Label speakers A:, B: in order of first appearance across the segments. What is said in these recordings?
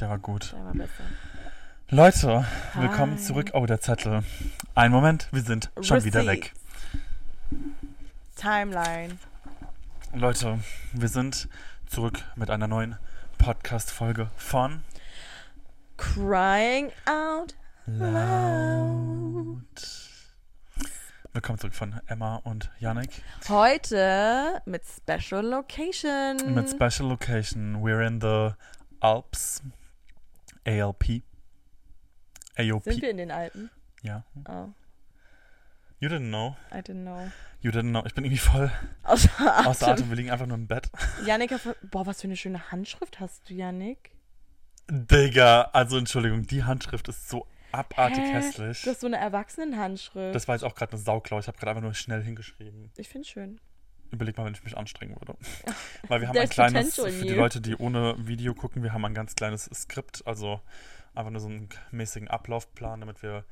A: Der war gut.
B: Sei mal besser.
A: Leute, willkommen
B: Hi.
A: zurück. Oh, der Zettel. Einen Moment, wir sind schon wieder weg.
B: Timeline.
A: Leute, wir sind zurück mit einer neuen Podcast-Folge von
B: Crying out.
A: Laut. Willkommen zurück von Emma und Yannick
B: Heute mit Special Location.
A: mit Special Location. We're in the Alps. ALP. AOP.
B: Sind wir in den Alpen?
A: Ja.
B: Oh,
A: You didn't know.
B: I didn't know.
A: You didn't know. Ich bin irgendwie voll
B: Außer
A: außer
B: Atem.
A: Atem. Wir liegen einfach nur im Bett.
B: Janik, auf- boah, was für eine schöne Handschrift hast du, Janik.
A: Digga, also Entschuldigung, die Handschrift ist so abartig
B: Hä?
A: hässlich.
B: Du hast so eine Erwachsenenhandschrift.
A: Das war jetzt auch gerade eine Sauklaue. Ich habe gerade einfach nur schnell hingeschrieben.
B: ich finde schön.
A: Überleg mal, wenn ich mich anstrengen würde. Weil wir haben ein
B: There's
A: kleines,
B: potential
A: für
B: in
A: die
B: you.
A: Leute, die ohne Video gucken, wir haben ein ganz kleines Skript. Also einfach nur so einen mäßigen Ablaufplan, damit wir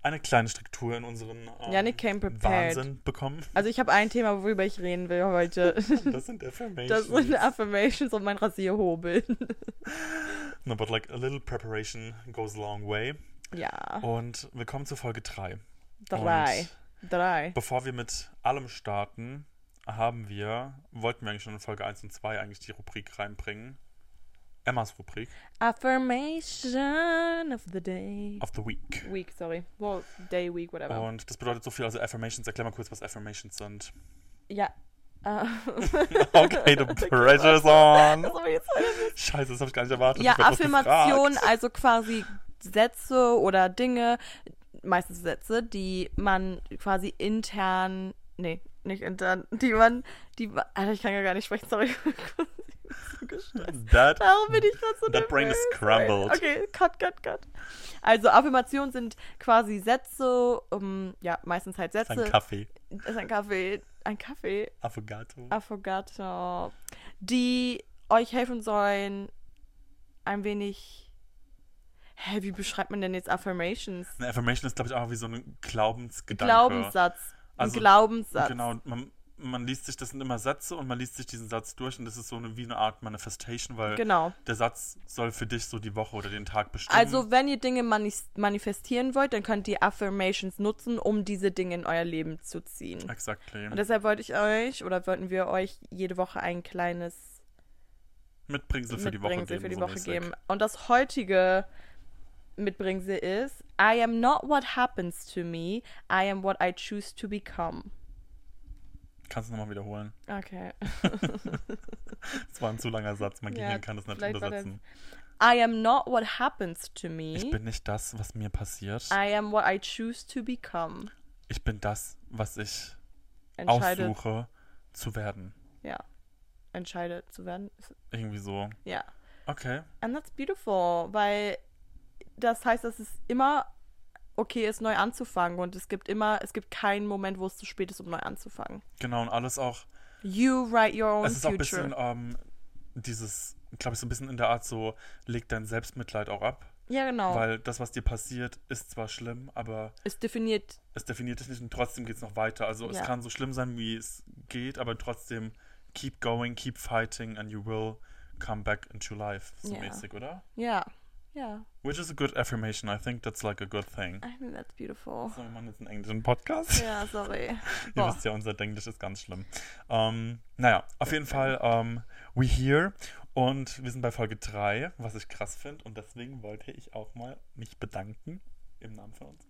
A: eine kleine Struktur in unseren ähm,
B: Yannick came prepared.
A: Wahnsinn bekommen.
B: Also ich habe ein Thema, worüber ich reden will heute.
A: Das sind Affirmations.
B: Das sind Affirmations und mein Rasierhobel.
A: no, but like a little preparation goes a long way.
B: Ja,
A: Und willkommen zur Folge 3.
B: Ah. drei. Drei.
A: Bevor wir mit allem starten, haben wir, wollten wir eigentlich schon in Folge 1 und 2 eigentlich die Rubrik reinbringen. Emmas Rubrik
B: Affirmation of the day.
A: of the Week.
B: Week, sorry. Well, day, week, whatever.
A: Und das bedeutet so viel, also Affirmations, erklär mal kurz, was Affirmations sind.
B: Ja. Äh,
A: Okay, the pressure's on.
B: was soll ich jetzt sagen?
A: Scheiße, das habe ich gar nicht erwartet.
B: ja,
A: ich werd was
B: Affirmation,
A: gefragt.
B: also quasi Sätze oder Dinge, meistens Sätze, die man quasi intern, nee, nicht intern, die man, die, ma- Alter, ich kann ja gar nicht sprechen, sorry.
A: That,
B: Warum bin ich gerade so
A: That brain is
B: nervös?
A: scrambled.
B: Okay, cut, cut, cut. Also Affirmationen sind quasi Sätze, um, ja, meistens halt
A: ist ein
B: Sätze.
A: Kaffee.
B: ist ein Kaffee, ein Kaffee,
A: Affogato.
B: Affogato, die euch helfen sollen, ein wenig. Hä, wie beschreibt man denn jetzt Affirmations?
A: Eine Affirmation ist, glaube ich, auch wie so ein Glaubensgedanke.
B: Glaubenssatz.
A: Also,
B: ein Glaubenssatz.
A: Genau, und man, man liest sich, das sind immer Sätze und man liest sich diesen Satz durch und das ist so eine, wie eine Art Manifestation, weil
B: Genau.
A: der Satz soll für dich so die Woche oder den Tag bestimmen.
B: Also, wenn ihr Dinge manis- manifestieren wollt, dann könnt ihr Affirmations nutzen, um diese Dinge in euer Leben zu ziehen.
A: Exactly.
B: Und deshalb wollte ich euch, oder wollten wir euch jede Woche ein kleines
A: Mitbringsel für die Woche
B: Mitbringsel
A: geben.
B: für die
A: so
B: Woche
A: mäßig.
B: geben. Und das heutige Mitbringsel ist I am not what happens to me, I am what I choose to become.
A: Kannst du nochmal wiederholen?
B: Okay.
A: Das war ein zu langer Satz. Mein
B: Ja,
A: Gehirn kann das nicht
B: vielleicht war der-
A: übersetzen.
B: I am not what happens to me.
A: Ich bin nicht das, was mir passiert.
B: I am what I choose to become.
A: Ich bin das, was ich
B: Entscheide,
A: aussuche zu werden.
B: ja. Entscheide zu werden. Ist-
A: Irgendwie so.
B: Ja.
A: Okay.
B: And that's beautiful, weil das heißt, dass es immer okay ist, neu anzufangen und es gibt immer, es gibt keinen Moment, wo es zu spät ist, um neu anzufangen.
A: Genau, und alles auch.
B: You write your own
A: es ist auch
B: future.
A: ein bisschen ähm, dieses, glaube ich, so ein bisschen in der Art so, leg dein Selbstmitleid auch ab.
B: Ja, genau.
A: Weil das, was dir passiert, ist zwar schlimm, aber
B: es definiert,
A: es definiert dich nicht und trotzdem geht es noch weiter. Also
B: Ja.
A: es kann so schlimm sein, wie es geht, aber trotzdem keep going, keep fighting and you will come back into life. So
B: Ja.
A: mäßig, oder?
B: ja. Ja,
A: Which is a good affirmation. I think that's like a good thing.
B: I think that's beautiful.
A: So, wir machen jetzt einen englischen Podcast.
B: Ja, sorry.
A: Ihr
B: Boah.
A: wisst ja, unser Englisch ist ganz schlimm. Ähm, naja, auf jeden Fall, ähm, we here und wir sind bei Folge 3, was ich krass finde. Und deswegen wollte ich auch mal mich bedanken im Namen von uns.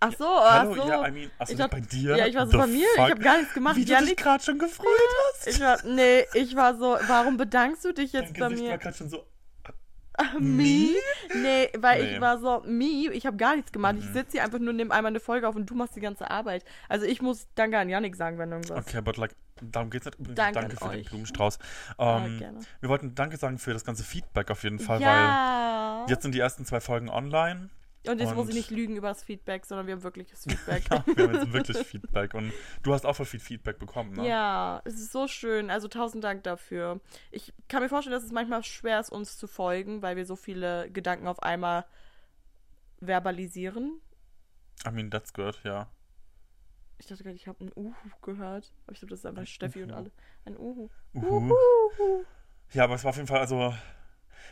B: Ach so,
A: Hallo,
B: Oh, ach so.
A: ja, I mean, also
B: Ich
A: nicht
B: hab-
A: bei dir.
B: ja, ich war so
A: The
B: bei mir,
A: fuck?
B: ich habe gar nichts gemacht.
A: Wie du dich
B: Janik,
A: gerade schon gefreut hast.
B: ich war, nee, ich war so, warum bedankst du dich
A: Dein
B: jetzt bei
A: Gesicht war
B: mir?
A: gerade schon so.
B: Me? Nee, weil
A: Nee. Mhm.
B: ich war so, me, ich habe gar nichts gemacht. Ich sitze hier einfach nur, nehme einmal eine Folge auf und du machst die ganze Arbeit. Also ich muss Danke an Janik sagen, wenn irgendwas.
A: Okay, but like, darum geht's nicht. Übrigens,
B: Danke
A: danke,
B: an
A: für den
B: euch.
A: Blumenstrauß.
B: Ja,
A: Ähm,
B: gerne.
A: wir wollten Danke sagen für das ganze Feedback auf jeden Fall,
B: ja.
A: weil jetzt sind die ersten zwei Folgen online.
B: und jetzt muss
A: und-
B: ich nicht lügen über das Feedback, sondern wir haben wirkliches Feedback.
A: Ja, wir haben jetzt wirklich Feedback und du hast auch voll viel Feedback bekommen, ne?
B: Ja, es ist so schön. Also tausend Dank dafür. Ich kann mir vorstellen, dass es manchmal schwer ist, uns zu folgen, weil wir so viele Gedanken auf einmal verbalisieren.
A: I mean, that's good, ja.
B: Ich dachte gerade, ich habe ein Uhu gehört. Aber ich glaube, das ist einfach Steffi und
A: Uhu.
B: alle. Ein Uhu.
A: Uhu. Ja, aber es war auf jeden Fall, also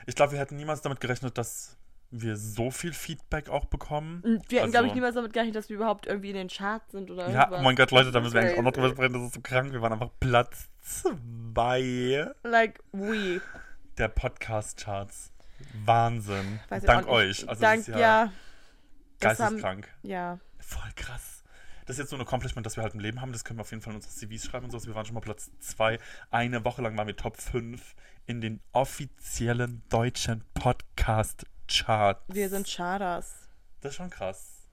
A: Ich glaube, wir hätten niemals damit gerechnet, dass wir so viel Feedback auch bekommen.
B: Und Mm, Wir hatten,
A: Also-
B: glaube ich, niemals damit gerechnet, dass wir überhaupt irgendwie in den Charts sind oder
A: Ja,
B: irgendwas.
A: oh mein Gott, Leute, da müssen wir eigentlich auch noch
B: Crazy.
A: drüber sprechen, das ist so krank. Wir waren einfach Platz zwei
B: Like, we.
A: der Podcast-Charts. Wahnsinn.
B: Weiß ich
A: Dank
B: auch nicht.
A: euch. Also
B: Dank,
A: das ist ja,
B: ja. Das haben-
A: geisteskrank.
B: Ja.
A: Voll krass. Das ist jetzt so ein Accomplishment, das wir halt im Leben haben. Das können wir auf jeden Fall in unsere CVs schreiben und sowas. Wir waren schon mal Platz zwei. Eine Woche lang waren wir Top 5 in den offiziellen deutschen Podcast-Charts.
B: Wir sind Charters.
A: Das ist schon krass.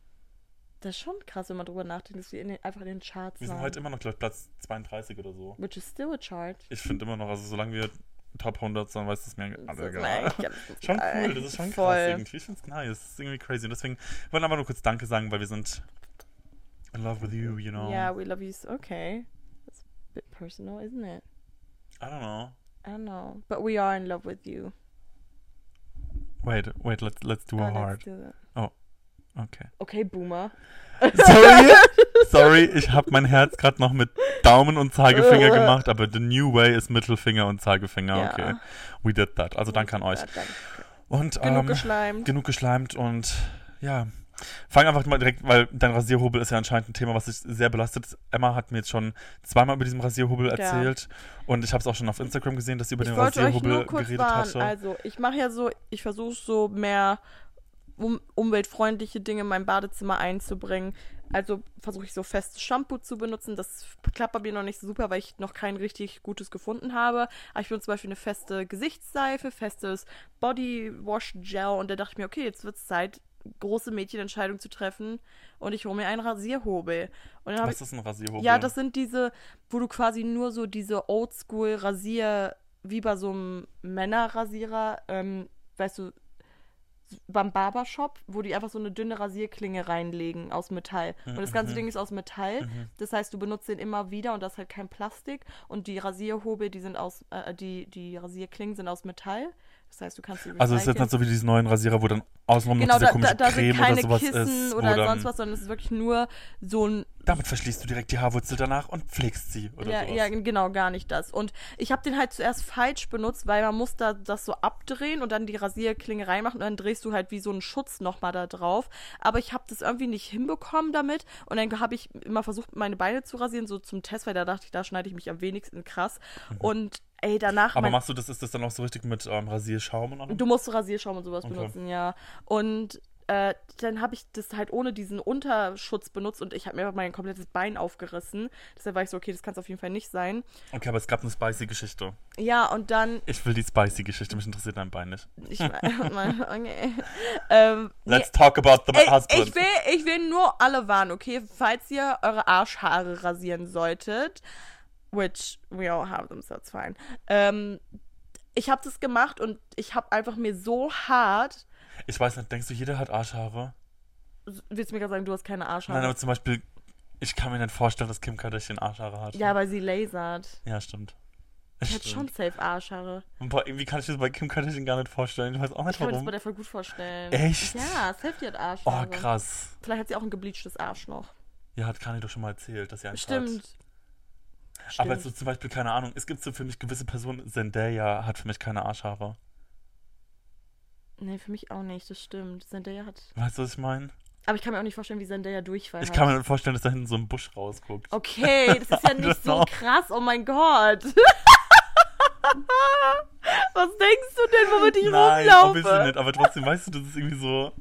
B: Das ist schon krass, wenn man drüber nachdenkt, dass wir in den, einfach in den Charts
A: Wir sind halt
B: waren.
A: heute immer noch, glaube ich, Platz 32 oder so.
B: Which is still a chart.
A: Ich finde immer noch, also solange wir Top 100 sind, weiß das mir
B: Das
A: alle
B: ist
A: egal.
B: eigentlich ganz
A: Schon
B: geil.
A: cool, das ist schon krass
B: Äh, Voll.
A: irgendwie. Ich finde es nice, das ist irgendwie crazy. Und deswegen wollen wir aber nur kurz Danke sagen, weil wir sind in love with you, you know.
B: Yeah, we love you. so- Okay. That's a bit personal, isn't it?
A: I don't know.
B: I don't know. But we are in love with you.
A: Wait, wait, let's, let's do
B: Oh,
A: a
B: let's
A: heart.
B: do that.
A: Oh, Okay.
B: Okay, Boomer.
A: Sorry, sorry, ich habe mein Herz gerade noch mit Daumen und Zeigefinger gemacht, aber the new way ist Mittelfinger und Zeigefinger.
B: Ja.
A: Okay, we did that. Also danke an euch.
B: Ja, danke.
A: Und
B: Genug
A: ähm,
B: geschleimt.
A: genug geschleimt und ja. Fang einfach mal direkt, weil dein Rasierhobel ist ja anscheinend ein Thema, was dich sehr belastet. Emma hat mir jetzt schon zweimal über diesen Rasierhobel
B: Ja.
A: erzählt und ich habe es auch schon auf Instagram gesehen, dass sie über
B: ich
A: den
B: wollte euch nur
A: Rasierhobel
B: kurz
A: geredet
B: warnen.
A: hatte.
B: Also, ich mache ja so, ich versuche so mehr um, umweltfreundliche Dinge in mein Badezimmer einzubringen. Also versuche ich so festes Shampoo zu benutzen. Das klappt bei mir noch nicht so super, weil ich noch kein richtig gutes gefunden habe. Aber ich benutze zum Beispiel eine feste Gesichtsseife, festes Bodywash-Gel und da dachte ich mir, okay, jetzt wird es Zeit, große Mädchenentscheidung zu treffen und ich hole mir einen Rasierhobel. Und dann habe ich
A: Was ist ein Rasierhobel?
B: ja, das sind diese, wo du quasi nur so diese Oldschool-Rasier, wie bei so einem Männerrasierer, ähm, weißt du, beim Barbershop, wo die einfach so eine dünne Rasierklinge reinlegen aus Metall. Und das ganze
A: Mhm.
B: Ding ist aus Metall.
A: Mhm.
B: Das heißt, du benutzt den immer wieder und das ist halt kein Plastik. Und die Rasierhobel, die sind aus, äh, die, die Rasierklingen sind aus Metall. Das heißt, du kannst die
A: Also es ist jetzt
B: recyceln.
A: nicht so wie diese neuen Rasierer, wo dann außenrum
B: Genau,
A: noch diese
B: da, da,
A: komische
B: da sind
A: Creme
B: keine
A: oder sowas
B: Kissen
A: ist. wo
B: oder
A: dann,
B: sonst was, sondern es ist wirklich nur so ein
A: Damit verschließt du direkt die Haarwurzel danach und pflegst sie oder
B: ja,
A: sowas.
B: ja, genau, gar nicht das. Und ich habe den halt zuerst falsch benutzt, weil man muss da das so abdrehen und dann die Rasierklinge reinmachen und dann drehst du halt wie so einen Schutz nochmal da drauf. Aber ich habe das irgendwie nicht hinbekommen damit und dann habe ich immer versucht, meine Beine zu rasieren, so zum Test, weil da dachte ich, da schneide ich mich am wenigsten krass. Und ey, danach...
A: Mhm. Aber
B: mein-
A: machst du das, ist das dann auch so richtig mit ähm, Rasierschaum und allem?
B: Du musst Rasierschaum und sowas
A: Okay.
B: benutzen, ja. Und äh, dann habe ich das halt ohne diesen Unterschutz benutzt und ich habe mir mein komplettes Bein aufgerissen. Deshalb war ich so, okay, das kann es auf jeden Fall nicht sein.
A: Okay, aber es gab eine spicy Geschichte.
B: Ja, und dann
A: Ich will die spicy Geschichte, mich interessiert dein Bein nicht.
B: Ich mein, okay. ähm, nee,
A: Let's talk about the
B: ey,
A: husband.
B: ich, will, ich will nur alle warnen, okay? Falls ihr eure Arschhaare rasieren solltet, which we all have them, so that's fine. Ähm, ich habe das gemacht und ich habe einfach mir so hart.
A: Ich weiß nicht, denkst du, jeder hat Arschhaare?
B: Willst du mir gerade sagen, du hast keine Arschhaare?
A: Nein, aber zum Beispiel, ich kann mir nicht vorstellen, dass Kim Kardashian Arschhaare hat.
B: ja, weil sie lasert.
A: ja stimmt.
B: Ich hätte schon
A: Stimmt.
B: safe Arschhaare.
A: Boah, irgendwie kann ich das bei Kim Kardashian gar nicht vorstellen. Ich weiß auch
B: Ich
A: nicht
B: kann mir das bei
A: warum.
B: der voll gut vorstellen.
A: Echt?
B: Ja, safe die hat Arschhaare.
A: Oh, krass.
B: Vielleicht hat sie auch ein gebleachtes Arsch noch.
A: Ja, hat Kanye doch schon mal erzählt, dass sie eins
B: Stimmt.
A: hat.
B: Stimmt.
A: Aber so zum Beispiel, keine Ahnung, es gibt so für mich gewisse Personen, Zendaya hat für mich keine Arschhaare.
B: Nee, für mich auch nicht, das stimmt. Zendaya hat.
A: Weißt du, was ich meine?
B: Aber ich kann mir auch nicht vorstellen, wie Zendaya Durchfall
A: Ich
B: hat.
A: kann mir nicht vorstellen, dass da hinten so ein Busch rausguckt.
B: okay, das ist ja
A: I
B: nicht
A: don't
B: so
A: know.
B: krass, oh mein Gott. Was denkst du denn, womit ich
A: Nein, obviously
B: rumlaufe?
A: nicht, aber trotzdem weißt du, das ist irgendwie so.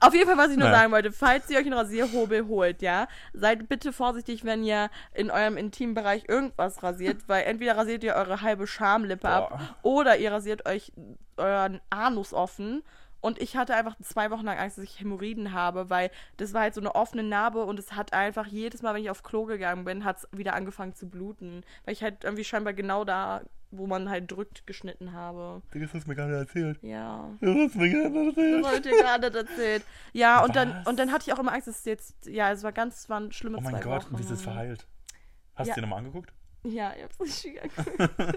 B: Auf jeden Fall, was ich nur
A: Naja.
B: sagen wollte, falls ihr euch einen Rasierhobel holt, ja, seid bitte vorsichtig, wenn ihr in eurem intimen Bereich irgendwas rasiert, weil entweder rasiert ihr eure halbe Schamlippe ab oder ihr rasiert euch euren Anus offen. Und ich hatte einfach zwei Wochen lang Angst, dass ich Hämorrhoiden habe, weil das war halt so eine offene Narbe und es hat einfach jedes Mal, wenn ich auf Klo gegangen bin, hat es wieder angefangen zu bluten. Weil ich halt irgendwie scheinbar genau da, wo man halt drückt, geschnitten habe.
A: Digga, das hast du mir gerade erzählt.
B: Ja.
A: Das hast du mir gerade erzählt.
B: Das habe ich dir gerade nicht erzählt. Ja, und dann,
A: Was?
B: und dann hatte ich auch immer Angst, dass es jetzt, ja, es war ganz, es waren schlimme
A: Oh
B: zwei
A: mein Gott,
B: Wochen.
A: und wie ist es verheilt? Hast
B: Ja.
A: du dir nochmal angeguckt?
B: Ja, ich hab's nicht gegangen.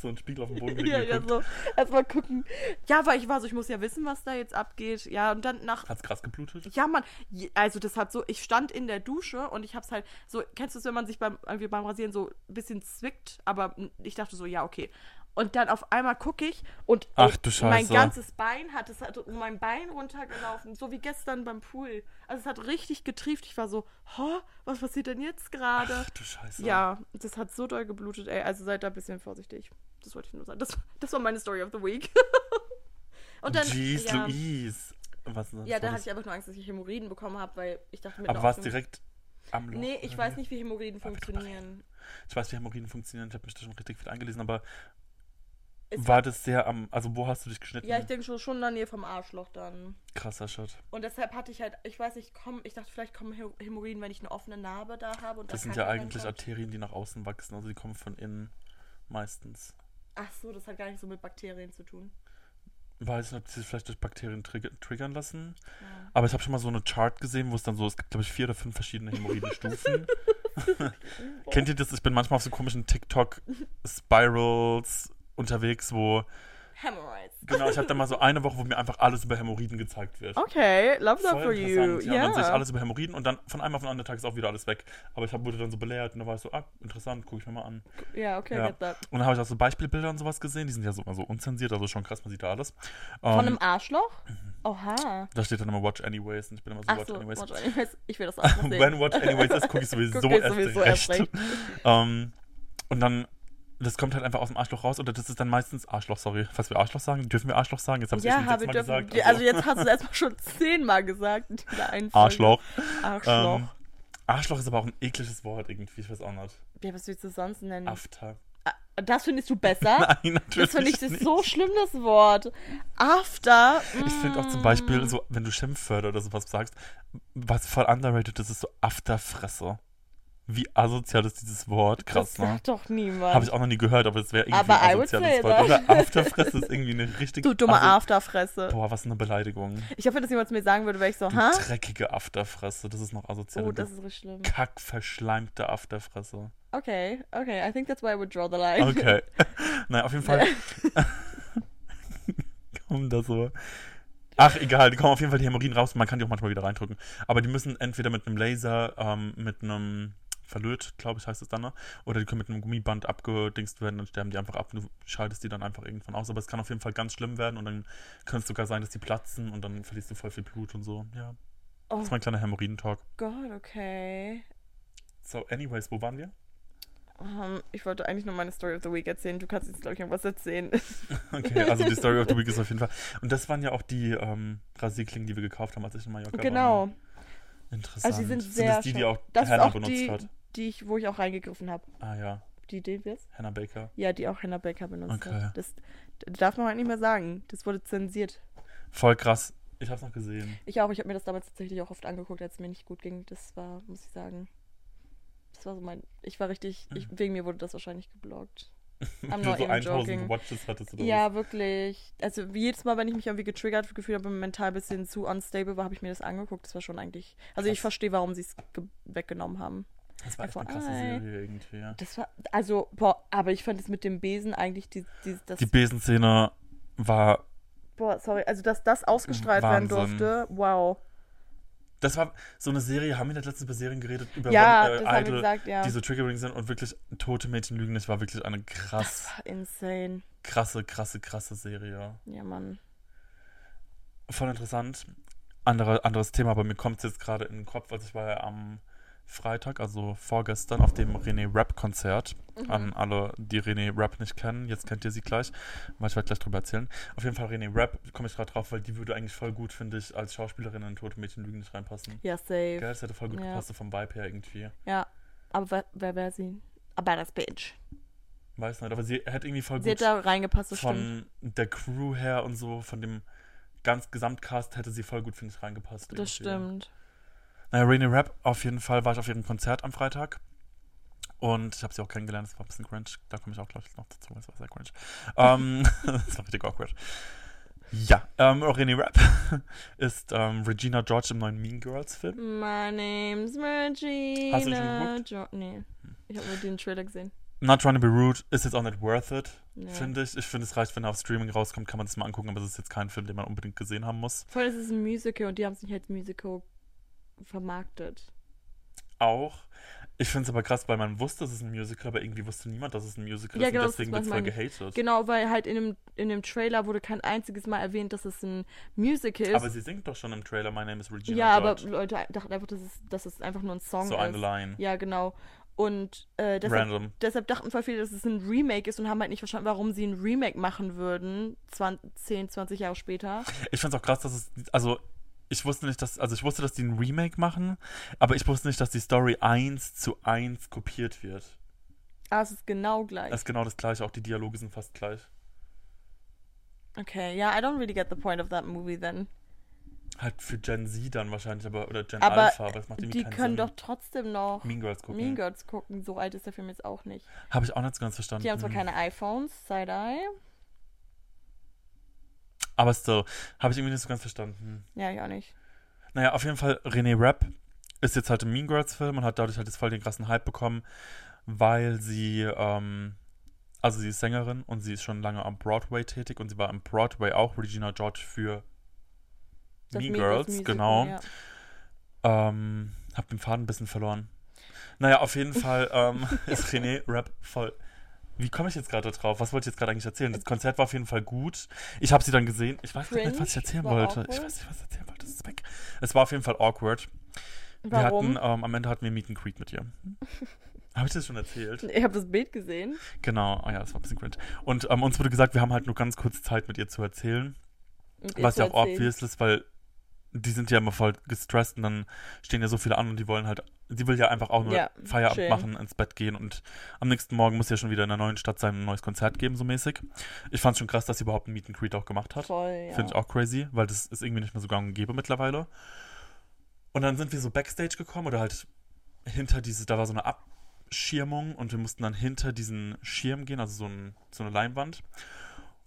A: so ein Spiegel auf dem Boden
B: ja, ja,
A: geguckt.
B: so, erstmal gucken. Ja, weil ich war so, ich muss ja wissen, was da jetzt abgeht. Ja, und dann nach,
A: Hat's krass geblutet?
B: ja, Mann, je- also das hat so, ich stand in der Dusche und ich hab's halt so, kennst du es, wenn man sich beim, irgendwie beim Rasieren so ein bisschen zwickt, aber ich dachte so, ja, okay. Und dann auf einmal gucke ich und
A: Ach du
B: und mein
A: Scheiße.
B: ganzes Bein hat, es hat um mein Bein runtergelaufen, so wie gestern beim Pool. Also es hat richtig getrieft. Ich war so, Hä? was passiert denn jetzt gerade?
A: Ach du Scheiße.
B: Ja, das hat so doll geblutet, ey. Also seid da ein bisschen vorsichtig. Das wollte ich nur sagen. Das, das war meine Story of the Week. und dann.
A: Jeez
B: ja,
A: Louise. Was denn
B: ja, da hatte
A: sonst?
B: ich einfach nur Angst, dass ich Hämorrhoiden bekommen habe, weil ich dachte mit
A: Aber
B: einer
A: war es
B: offenen-
A: direkt Mhm. am Loch?
B: Nee, ich
A: oder
B: weiß
A: wie?
B: nicht, wie Hämorrhoiden
A: Aber wir drüber
B: funktionieren.
A: Ich weiß, wie Hämorrhoiden funktionieren. Ich habe mich da schon richtig viel eingelesen, aber
B: Es
A: war das sehr am. Also, wo hast du dich geschnitten?
B: Ja, ich denke schon, schon in der Nähe vom Arschloch dann.
A: Krasser Shot.
B: Und deshalb hatte ich halt, ich weiß nicht, komm, ich dachte, vielleicht kommen Hä- Hämorrhoiden, wenn ich eine offene Narbe da habe. Und da
A: Das sind
B: Kacke
A: ja eigentlich
B: reinkommt.
A: Arterien, die nach außen wachsen. Also, die kommen von innen meistens.
B: Ach so, das hat gar nicht so mit Bakterien zu tun.
A: Weiß nicht, ob die sich vielleicht durch Bakterien trigger- triggern lassen.
B: Ja.
A: Aber ich habe schon mal so eine Chart gesehen, wo es dann so, es gibt, glaube ich, vier oder fünf verschiedene Hämorrhoidenstufen. Kennt ihr das? Ich bin manchmal auf so komischen TikTok-Spirals unterwegs, wo.
B: Hemorrhoids.
A: Genau, ich habe da mal so eine Woche, wo mir einfach alles über Hämorrhoiden gezeigt wird.
B: Okay, love that
A: Voll
B: for you.
A: interessant. Ja,
B: Ja,
A: dann sehe ich alles über Hämorrhoiden und dann von einem auf den anderen Tag ist auch wieder alles weg. Aber ich hab, wurde dann so belehrt und da war ich so, ah, interessant, gucke ich mir mal an.
B: ja okay,
A: Ja.
B: get that.
A: Und dann habe ich auch so Beispielbilder und sowas gesehen, die sind ja so immer so unzensiert, also schon krass, man sieht da alles. Ähm,
B: Von einem Arschloch? Oha.
A: da steht dann immer Watch Anyways und ich bin immer so
B: Ach
A: Watch
B: so,
A: Anyways.
B: Watch Anyways. Ich will das auch noch sehen.
A: When Watch Anyways ist, gucke ich sowieso,
B: Guck ich
A: erst,
B: sowieso
A: recht.
B: erst recht.
A: Ähm, und dann, das kommt halt einfach aus dem Arschloch raus oder das ist dann meistens Arschloch, sorry. Was wir Arschloch sagen? Dürfen wir Arschloch sagen? Jetzt habe ich
B: Ja,
A: ja, schon
B: habe
A: sechsmal
B: dürfen.
A: gesagt.
B: Also, also jetzt hast du es erstmal schon zehnmal gesagt. in dieser einen Folge.
A: Arschloch.
B: Arschloch.
A: Ähm, Arschloch ist aber auch ein ekliges Wort irgendwie, ich weiß auch nicht.
B: Ja, was willst du sonst nennen?
A: After.
B: Ah, Das findest du besser?
A: Nein, natürlich
B: Hm. das finde ich das
A: nicht.
B: ist so schlimm, das Wort. After. Mm,
A: Ich finde auch zum Beispiel, so, wenn du Schimpfwörter oder sowas sagst, was voll underrated ist, ist so Afterfresse. Wie asozial ist dieses Wort?
B: krass,
A: Krass,
B: Das
A: ne?
B: sagt doch niemand.
A: Habe ich auch noch nie gehört, aber es wäre irgendwie
B: Aber I
A: ein
B: would say
A: asoziales Wort.
B: that.
A: Oder Afterfresse ist irgendwie eine richtig...
B: du dumme
A: aso-
B: Afterfresse.
A: Also, Boah, was eine Beleidigung.
B: Ich hoffe, dass jemand es mir sagen würde, wäre ich so,
A: Du
B: ha?
A: dreckige Afterfresse, das ist noch asozial.
B: Oh,
A: Du
B: das ist richtig schlimm.
A: kackverschleimte Afterfresse.
B: Okay, okay. I think that's why I would draw the line.
A: Okay. Nein, auf jeden Fall. kommen da so. Ach, egal, die kommen auf jeden Fall die Hämorrhoiden raus. Man kann die auch manchmal wieder reindrücken. Aber die müssen entweder mit einem Laser, ähm, mit einem Verlöt, glaube ich, heißt es dann, ne? oder die können mit einem Gummiband abgedingst werden, dann sterben die einfach ab. Du schaltest die dann einfach irgendwann aus. Aber es kann auf jeden Fall ganz schlimm werden und dann kann es sogar sein, dass die platzen und dann verlierst du voll viel Blut und so. Ja,
B: Oh
A: das ist mein kleiner Hämorrhoidentalk.
B: Gott, okay.
A: So, anyways, wo waren wir?
B: Ähm, ich wollte eigentlich nur meine Story of the Week erzählen. Du kannst jetzt, glaube ich, noch was erzählen.
A: Okay, also die Story of the Week ist auf jeden Fall. Und das waren ja auch die ähm, Rasierklingen, die wir gekauft haben, als ich in Mallorca war.
B: genau.
A: ne? Interessant.
B: Also die sind sehr
A: das die, die
B: schön.
A: auch
B: Das ist
A: Hannah
B: auch
A: benutzt
B: die,
A: hat?
B: die ich, wo ich auch reingegriffen habe.
A: Ah ja,
B: Die, den wir jetzt?
A: Hannah Baker.
B: Ja, die auch Hannah Becker benutzt
A: Okay.
B: hat. Das d- darf man halt nicht mehr sagen. Das wurde zensiert.
A: Voll krass. Ich hab's noch gesehen.
B: Ich auch. Ich habe mir das damals tatsächlich auch oft angeguckt, als es mir nicht gut ging. Das war, muss ich sagen, das war so mein. Ich war richtig. Ich, wegen mir wurde das wahrscheinlich geblockt. I'm
A: Nur
B: not
A: so
B: even
A: 1000
B: joking.
A: Watches hattest du da.
B: Ja, wirklich. Also wie jedes Mal, wenn ich mich irgendwie getriggert gefühlt habe, und mental ein bisschen zu unstable war, habe ich mir das angeguckt. Das war schon eigentlich. Also ich
A: Krass.
B: verstehe, warum sie es ge- weggenommen haben.
A: Das war echt eine
B: FYI.
A: krasse Serie irgendwie. ja.
B: Das war. Also, boah, aber ich fand es mit dem Besen eigentlich die, die, das.
A: Die Besenszene war.
B: boah, sorry. Also dass das ausgestrahlt werden
A: Wahnsinn.
B: durfte. Wow.
A: Das war so eine Serie, haben wir nicht letztens über Serien geredet, über
B: Ja,
A: wann, äh,
B: das haben wir
A: Idol,
B: gesagt, ja.
A: die so triggering sind und wirklich tote Mädchen lügen. Das war wirklich eine krass,
B: Insane.
A: krasse, krasse, krasse Serie.
B: Ja, Mann.
A: Voll interessant. Andere, anderes Thema, aber mir kommt es jetzt gerade in den Kopf. Also ich war ja am Freitag, also vorgestern, auf dem René Rap-Konzert.
B: Mhm.
A: An alle, die René Rap nicht kennen. Jetzt kennt ihr sie gleich, weil ich werde gleich drüber erzählen. Auf jeden Fall René Rap, komme ich gerade drauf, weil die würde eigentlich voll gut, finde ich, als Schauspielerin in Tote Mädchen Lügen nicht reinpassen.
B: Ja, safe.
A: Gell, das hätte voll gut
B: Ja.
A: gepasst, so vom Vibe her irgendwie.
B: Ja. Aber wer, wer wäre sie? Aber das Bitch.
A: Weiß nicht, aber sie hätte irgendwie voll
B: Sie
A: gut
B: hat da reingepasst, das stimmt.
A: von der Crew her und so, von dem ganz Gesamtcast hätte sie voll gut, finde ich, reingepasst.
B: Das
A: irgendwie.
B: stimmt.
A: Naja, Äh, Rainy Rap, auf jeden Fall war ich auf ihrem Konzert am Freitag. Und ich habe sie auch kennengelernt, das war ein bisschen cringe. Da komme ich auch gleich noch dazu, weil es war sehr cringe. Ähm, das war richtig awkward. Ja, ähm, Rainy Rap ist ähm, Regina George im neuen Mean Girls Film.
B: My name's Regina.
A: Hast du den
B: jo nee. Ich habe nur den Trailer gesehen.
A: Not Trying to Be Rude ist jetzt auch nicht worth it,
B: Ja.
A: finde ich. Ich finde, es reicht, wenn er auf Streaming rauskommt, kann man das mal angucken, aber es ist jetzt kein Film, den man unbedingt gesehen haben muss.
B: Voll, es ist ein halt Musical und die haben es nicht als Musical vermarktet.
A: Auch, Ich finde es aber krass, weil man wusste, es ist ein Musical, aber irgendwie wusste niemand, dass es ein Musical
B: Ja,
A: ist
B: genau,
A: und
B: das ist,
A: deswegen
B: was
A: wird voll
B: meine ich.
A: gehatet.
B: Genau, weil halt in dem, in dem Trailer wurde kein einziges Mal erwähnt, dass es ein Musical ist.
A: Aber sie singt doch schon im Trailer My Name is Regina
B: ja,
A: George.
B: aber Leute dachten einfach, dass es, dass es einfach nur ein Song
A: So
B: ist.
A: eine Line.
B: Ja, genau. Und äh, deshalb,
A: Random.
B: deshalb dachten voll viele, dass es ein Remake ist und haben halt nicht verstanden, warum sie ein Remake machen würden, 20, 10, 20 Jahre später.
A: Ich find's auch krass, dass es. Also, ich wusste nicht, dass. Also, ich wusste, dass die ein Remake machen, aber ich wusste nicht, dass die Story eins zu eins kopiert wird.
B: Ah, es ist genau gleich.
A: Das ist genau das gleiche, auch die Dialoge sind fast gleich.
B: Okay, ja, I don't really get the point of that movie then.
A: Halt für Gen Z dann wahrscheinlich, aber. Oder Gen
B: Aber
A: Alpha, aber das macht irgendwie
B: Die
A: keinen
B: können
A: Sinn.
B: doch trotzdem noch
A: Mean Girls gucken.
B: Mean Girls gucken. So alt ist der Film jetzt auch nicht.
A: Habe ich auch nicht so ganz verstanden.
B: Die haben zwar keine iPhones, Side-Eye.
A: Aber still, habe ich irgendwie nicht so ganz verstanden.
B: Ja, ich auch nicht.
A: Naja, auf jeden Fall, René Rapp ist jetzt halt im Mean Girls Film und hat dadurch halt jetzt voll den krassen Hype bekommen, weil sie, ähm, also sie ist Sängerin und sie ist schon lange am Broadway tätig und sie war am Broadway auch Regina George für
B: Das
A: Mean
B: Mean
A: Girls,
B: Musical,
A: genau.
B: ja.
A: Ähm, hab den Faden ein bisschen verloren. Naja, auf jeden Fall ähm, ist René Rap voll. Wie komme ich jetzt gerade drauf? Was wollte ich jetzt gerade eigentlich erzählen? Das Konzert war auf jeden Fall gut. Ich habe sie dann gesehen. Ich weiß gar nicht, was ich
B: Cringe,
A: erzählen
B: war
A: wollte. Ich
B: awkward.
A: weiß nicht, was ich erzählen wollte. Das ist weg. Es war auf jeden Fall awkward.
B: Warum?
A: Wir hatten, ähm, am Ende hatten wir Meet and Greet mit ihr. Habe ich das schon erzählt?
B: ich habe das Bild gesehen.
A: Genau. Ah ja, das war ein bisschen cringe. Und ähm, uns wurde gesagt, wir haben halt nur ganz kurz Zeit mit ihr zu erzählen.
B: und ihr
A: Was
B: zu
A: ja auch
B: erzählen.
A: obvious ist, weil die sind ja immer voll gestresst und dann stehen ja so viele an und die wollen halt, die will ja einfach auch nur
B: Ja,
A: Feierabend
B: chill.
A: machen, ins Bett gehen und am nächsten Morgen muss sie ja schon wieder in einer neuen Stadt sein und ein neues Konzert geben, so mäßig. Ich fand's schon krass, dass sie überhaupt ein Meet and Greet auch gemacht hat.
B: Voll, ja.
A: Finde ich auch crazy, weil das ist irgendwie nicht mehr so gang und gäbe mittlerweile. Und dann sind wir so Backstage gekommen oder halt hinter diese, da war so eine Abschirmung und wir mussten dann hinter diesen Schirm gehen, also so, ein, so eine Leinwand.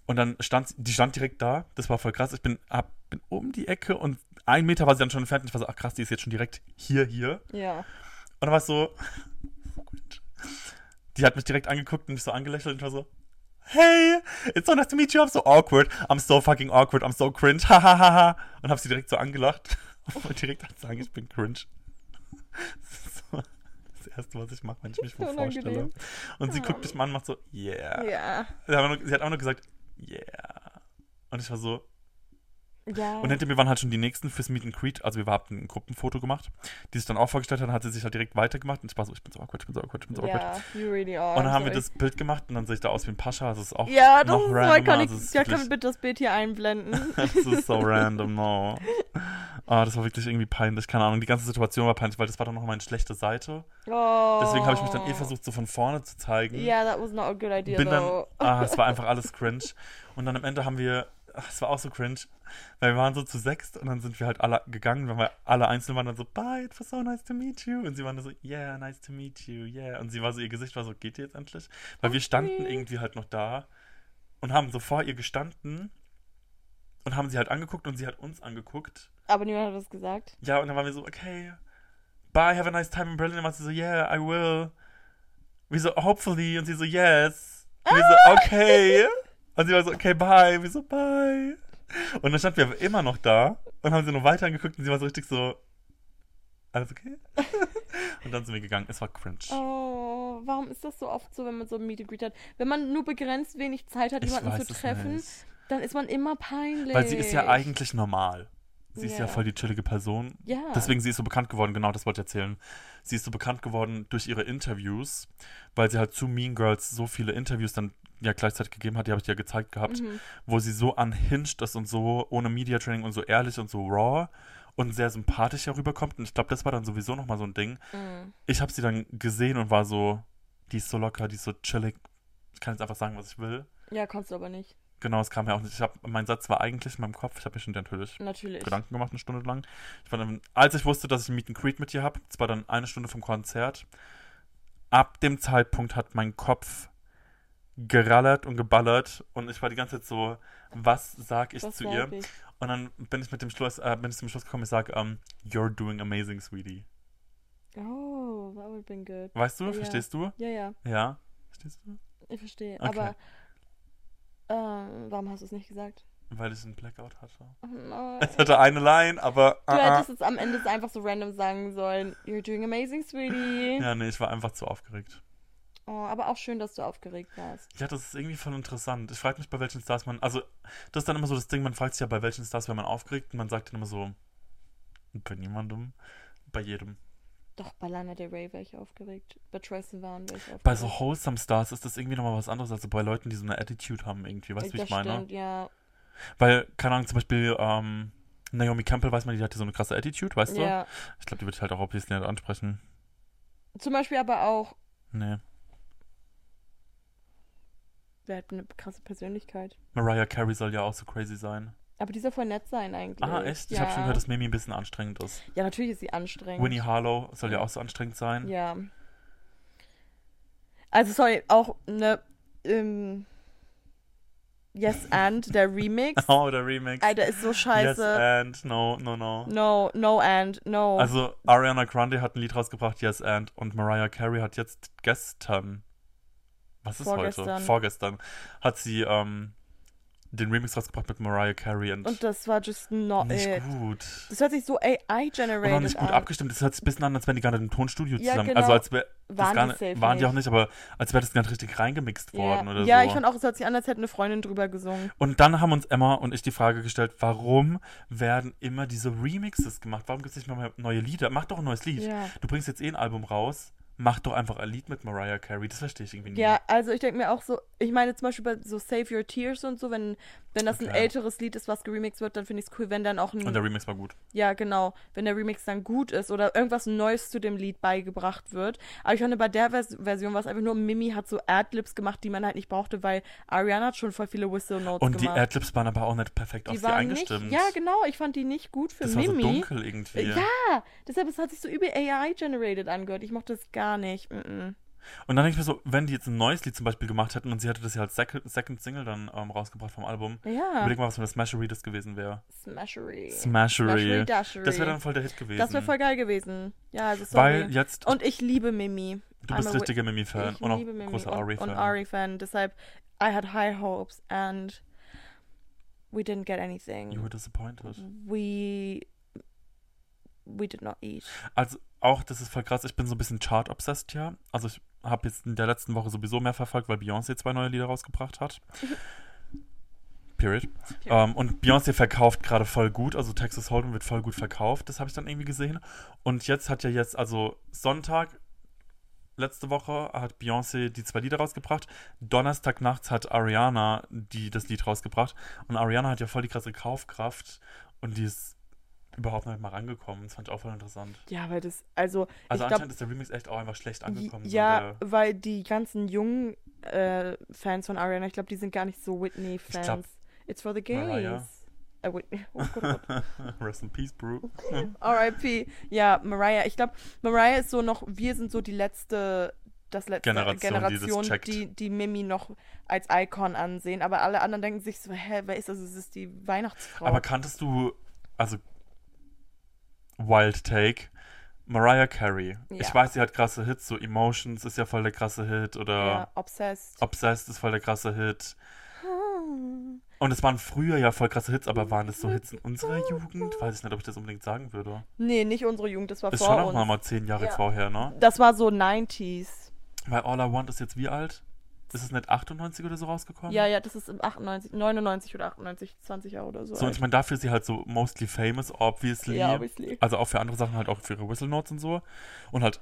A: Und dann stand, sie- die stand direkt da, das war voll krass. Ich bin, ab, bin um die Ecke und ein Meter war sie dann schon entfernt. Und ich war so, ach krass, die ist jetzt schon direkt hier, hier.
B: Ja.
A: Und dann war es so, oh die hat mich direkt angeguckt und mich so angelächelt und ich war so, hey, it's so nice to meet you, I'm so awkward, I'm so fucking awkward, I'm so cringe, hahaha. und hab sie direkt so angelacht und direkt halt sagen, ich bin cringe. Das ist so das Erste, was ich mache, wenn ich mich wo
B: Unangenehm.
A: vorstelle. Und sie
B: Ja.
A: guckt mich mal an und macht so, yeah.
B: Ja.
A: Sie, hat auch nur, sie hat auch nur gesagt, yeah. Und ich war so,
B: Ja.
A: und hinter mir waren halt schon die nächsten fürs Meet and Greet. Also wir haben ein Gruppenfoto gemacht, die sich dann auch vorgestellt hat, hat sie sich halt direkt weitergemacht. Und ich war so, ich bin so awkward, ich bin so awkward, ich bin so awkward.
B: ja, you really are.
A: Und dann
B: I'm
A: haben wir
B: sorry.
A: das Bild gemacht und dann sehe ich da aus wie ein Pascha. Also es ist auch
B: Ja, das
A: noch
B: ist so
A: randomer,
B: iconic.
A: also es ist
B: ja, können wir
A: wirklich-
B: bitte das Bild hier einblenden?
A: das ist so random, no. Ah, das war wirklich irgendwie peinlich. Keine Ahnung, die ganze Situation war peinlich, weil das war dann noch meine schlechte Seite.
B: Oh.
A: Deswegen habe ich mich dann eh versucht, so von vorne zu zeigen.
B: Ja, that was not a good idea,
A: Bin dann,
B: though.
A: ah, es war einfach alles cringe. Und dann am Ende haben wir, ach, es war auch so cringe, weil wir waren so zu sechst und dann sind wir halt alle gegangen, weil wir alle einzeln waren dann so, bye, it was so nice to meet you. Und sie waren dann so, yeah, nice to meet you, yeah. Und sie war so, ihr Gesicht war so, geht ihr jetzt endlich? Weil wir standen
B: sweet.
A: irgendwie halt noch da und haben so vor ihr gestanden und haben sie halt angeguckt und sie hat uns angeguckt.
B: Aber niemand hat was gesagt.
A: Ja, und dann waren wir so, okay, bye, have a nice time in Berlin. Und dann war sie so, yeah, I will. Wir so, hopefully. Und sie so, yes. Und wir
B: Ah!
A: so, okay. Und sie war so, okay, bye. Wir so, bye. Und dann standen wir aber immer noch da und haben sie nur weiter angeguckt und sie war so richtig so, alles okay? und dann sind wir gegangen. Es war cringe.
B: Oh, warum ist das so oft so, wenn man so ein Meet and Greet hat? Wenn man nur begrenzt wenig Zeit hat,
A: ich
B: jemanden
A: weiß
B: zu
A: es
B: treffen,
A: nicht.
B: dann ist man immer peinlich.
A: Weil sie ist ja eigentlich normal. Sie ist ja
B: Ja.
A: voll die chillige Person.
B: Ja.
A: Deswegen, sie ist so bekannt geworden, genau das wollte ich erzählen. Sie ist so bekannt geworden durch ihre Interviews, weil sie halt zu Mean Girls so viele Interviews dann ja gleichzeitig gegeben hat, die habe ich dir ja gezeigt gehabt,
B: Mhm.
A: wo sie so unhinged ist und so ohne Media Training und so ehrlich und so raw und sehr sympathisch herüberkommt. Und ich glaube, das war dann sowieso nochmal so ein Ding.
B: Mhm.
A: Ich habe sie dann gesehen und war so, die ist so locker, die ist so chillig. Ich kann jetzt einfach sagen, was ich will.
B: Ja, kommst du aber nicht.
A: Genau, es kam ja auch nicht. Ich hab, mein Satz war eigentlich in meinem Kopf, ich habe mich schon natürlich
B: Natürlich.
A: Gedanken gemacht, eine Stunde lang. Ich war dann, als ich wusste, dass ich ein Meet and Greet mit ihr habe, es war dann eine Stunde vom Konzert, ab dem Zeitpunkt hat mein Kopf gerallert und geballert und ich war die ganze Zeit so, was sag ich
B: Was
A: zu
B: sag
A: ihr?
B: ich?
A: Und dann bin ich mit dem Schluss, äh, bin ich zum Schluss gekommen, ich sage, ähm, you're doing amazing, sweetie.
B: Oh, that would have been good.
A: Weißt du?
B: Ja.
A: Verstehst du?
B: Ja, ja,
A: Ja. Verstehst du?
B: ich verstehe.
A: Okay.
B: Aber ähm, warum hast du es nicht gesagt?
A: Weil ich einen Blackout hatte.
B: Nein.
A: Es hatte eine Line, aber.
B: Du
A: ah, ah.
B: hättest jetzt am Ende einfach so random sagen sollen, you're doing amazing, sweetie.
A: Ja, nee, ich war einfach zu aufgeregt.
B: Oh, aber auch schön, dass du aufgeregt warst.
A: Ja, das ist irgendwie voll interessant. Ich frage mich, bei welchen Stars man. Also, das ist dann immer so das Ding, man fragt sich ja, bei welchen Stars wäre man aufgeregt und man sagt dann immer so. Bei niemandem. Bei jedem.
B: Doch, bei Lana Del Rey wäre ich aufgeregt. Bei Troye Sivan wäre ich aufgeregt.
A: Bei so wholesome Stars ist das irgendwie nochmal was anderes, also bei Leuten, die so eine Attitude haben irgendwie, weißt du, wie
B: das
A: ich meine?
B: stimmt, ja.
A: Weil, keine Ahnung, zum Beispiel ähm, Naomi Campbell, weiß man, die hatte so eine krasse Attitude, weißt du?
B: ja.
A: Ich glaube, die würde ich halt auch obviously nicht ansprechen.
B: Zum Beispiel aber auch,
A: Nee.
B: wer hat eine krasse Persönlichkeit?
A: Mariah Carey soll ja auch so crazy sein.
B: Aber die soll voll nett sein eigentlich.
A: Ah, echt?
B: Ja.
A: Ich habe schon gehört, dass Mimi ein bisschen anstrengend ist.
B: Ja, natürlich ist sie anstrengend.
A: Winnie Harlow soll ja auch so anstrengend sein.
B: Ja. Also, sorry, auch eine ähm, Yes and, der Remix.
A: Oh, der Remix.
B: Alter, ist so
A: yes
B: scheiße.
A: and, no, no, no.
B: no, no and, no.
A: Also, Ariana Grande hat ein Lied rausgebracht, Yes and, und Mariah Carey hat jetzt gestern, was ist
B: Vorgestern.
A: heute? Vorgestern, hat sie ähm, den Remix rausgebracht mit Mariah Carey und,
B: Und das war just not
A: nicht
B: it.
A: gut.
B: Das hört sich so
A: Und
B: AI-generated
A: auch
B: an.
A: nicht gut abgestimmt. Das hört sich ein bisschen an, als wären die gerade im Tonstudio
B: Ja,
A: zusammen.
B: genau.
A: Also als wär, das
B: Waren
A: gar
B: die
A: nicht,
B: safe
A: waren die auch
B: nicht.
A: nicht, aber als wäre das gerade richtig reingemixt worden
B: ja.
A: oder
B: ja,
A: so.
B: ich fand auch, es hört sich an, als hätte eine Freundin drüber gesungen.
A: und dann haben uns Emma und ich die Frage gestellt, warum werden immer diese Remixes gemacht? Warum gibt es nicht mal mehr neue Lieder? Mach doch ein neues Lied.
B: Ja.
A: Du bringst jetzt eh ein Album raus, mach doch einfach ein Lied mit Mariah Carey. Das verstehe ich irgendwie nicht.
B: Ja, also ich denke mir auch so, ich meine zum Beispiel bei so Save Your Tears und so, wenn, wenn das ein
A: Okay.
B: älteres Lied ist, was geremixed wird, dann finde ich es cool, wenn dann auch ein
A: Und der Remix war gut.
B: Ja, genau. Wenn der Remix dann gut ist oder irgendwas Neues zu dem Lied beigebracht wird. Aber ich fand, bei der Vers Version war es einfach nur, Mimi hat so Adlibs gemacht, die man halt nicht brauchte, weil Ariana hat schon voll viele Whistle Notes
A: Und die
B: gemacht.
A: Adlibs waren aber auch nicht perfekt auf sie eingestimmt.
B: nicht. Ja, genau. Ich fand die nicht gut für
A: Das war so
B: Mimi.
A: dunkel irgendwie.
B: ja, deshalb es hat sich so übel AI-generated angehört. Ich mochte das gar nicht. Mm -mm.
A: Und dann denke ich mir so, wenn die jetzt ein neues Lied zum Beispiel gemacht hätten und sie hätte das ja als Sec- Second Single dann ähm, rausgebracht vom Album,
B: Ja.
A: überleg mal, was für eine Smashery das gewesen wäre.
B: Smashery.
A: Smashery.
B: Dashery.
A: Das wäre dann voll der Hit gewesen.
B: Das wäre voll geil gewesen. Ja, also sorry.
A: Weil jetzt,
B: Und ich liebe Mimi.
A: du
B: I'm a
A: bist
B: wi-
A: richtiger Mimi-Fan
B: Ich
A: und auch
B: liebe Mimi
A: großer
B: und,
A: Ari-Fan.
B: und Ari-Fan. Deshalb, I had high hopes and we didn't get anything.
A: You were disappointed.
B: We we did not eat.
A: Also auch, das ist voll krass, ich bin so ein bisschen chart-obsessed, ja. Also ich habe jetzt in der letzten Woche sowieso mehr verfolgt, weil Beyoncé zwei neue Lieder rausgebracht hat. Period. Ähm, und Beyoncé verkauft gerade voll gut, also Texas Hold'em wird voll gut verkauft, das habe ich dann irgendwie gesehen. Und jetzt hat ja jetzt, also Sonntag, letzte Woche hat Beyoncé die zwei Lieder rausgebracht, Donnerstag nachts hat Ariana die, das Lied rausgebracht und Ariana hat ja voll die krasse Kaufkraft und die ist überhaupt nicht mal rangekommen, das fand ich auch voll interessant.
B: Ja, weil das, also,
A: Also
B: ich glaube,
A: anscheinend ist der Remix echt auch einfach schlecht angekommen. so
B: ja,
A: der,
B: weil die ganzen jungen äh, Fans von Ariana, ich glaube, die sind gar nicht so
A: Ich glaub,
B: Whitney-Fans. It's for the gays.
A: Mariah.
B: Äh, Whitney. Oh Gott, oh Gott.
A: Rest in Peace, Bro.
B: R.I.P. Ja, Mariah. Ich glaube, Mariah ist so noch, wir sind so die letzte, das letzte
A: Generation,
B: Generation,
A: die das checkt.
B: die, die Mimi noch als Icon ansehen. Aber alle anderen denken sich so, hä, wer ist das? Es ist die Weihnachtsfrau.
A: Aber kanntest du, also Wild Take, Mariah Carey? Ich
B: Ja.
A: weiß, sie hat krasse Hits, so Emotions ist ja voll der krasse Hit oder
B: ja, obsessed. Hm.
A: Obsessed ist voll der krasse Hit. Und es waren früher ja voll krasse Hits, aber waren das so Hits in unserer Jugend? Weiß ich nicht, ob ich das unbedingt sagen würde.
B: Nee, nicht unsere Jugend, das war
A: Ist
B: vor
A: schon auch
B: uns.
A: nochmal zehn Jahre
B: Ja.
A: vorher, ne?
B: Das war so 90s.
A: Weil All I Want ist jetzt wie alt? Ist es nicht 98 oder so rausgekommen?
B: Ja, ja, das ist im 98, 99 oder 98, 20 Jahre oder so.
A: So, und
B: alt.
A: ich meine, dafür ist sie halt so mostly famous, obviously.
B: ja, obviously.
A: Also auch für andere Sachen, halt auch für ihre Whistle Notes und so. Und halt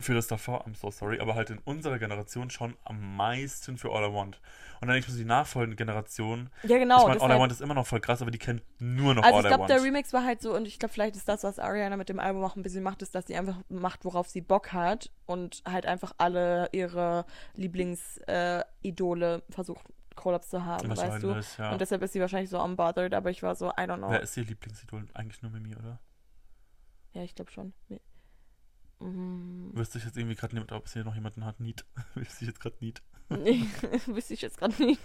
A: für das davor, I'm so sorry, aber halt in unserer Generation schon am meisten für All I Want. Und dann denke ich mir so, die nachfolgende Generation.
B: Ja, genau.
A: ich meine, All I
B: deshalb-
A: Want ist immer noch voll krass, aber die kennen nur noch
B: Also
A: All
B: ich glaube,
A: I
B: der
A: Want.
B: Remix war halt so, und ich glaube, vielleicht ist das, was Ariana mit dem Album auch ein bisschen macht, ist, dass sie einfach macht, worauf sie Bock hat und halt einfach alle ihre Lieblingsidole äh, Idole versucht, Collabs zu haben, weißt du?
A: Wahrscheinlich, ja.
B: Und deshalb ist sie wahrscheinlich so unbothered, aber ich war so, I don't know.
A: Wer ist ihr Lieblingsidol? Eigentlich nur Mimi, oder?
B: Ja, ich glaube schon. Nee. Mhm.
A: Wüsste ich jetzt irgendwie gerade nicht, ob sie noch jemanden hat. Need. Wüsste ich jetzt gerade Need.
B: Nee, wüsste ich jetzt gerade nicht.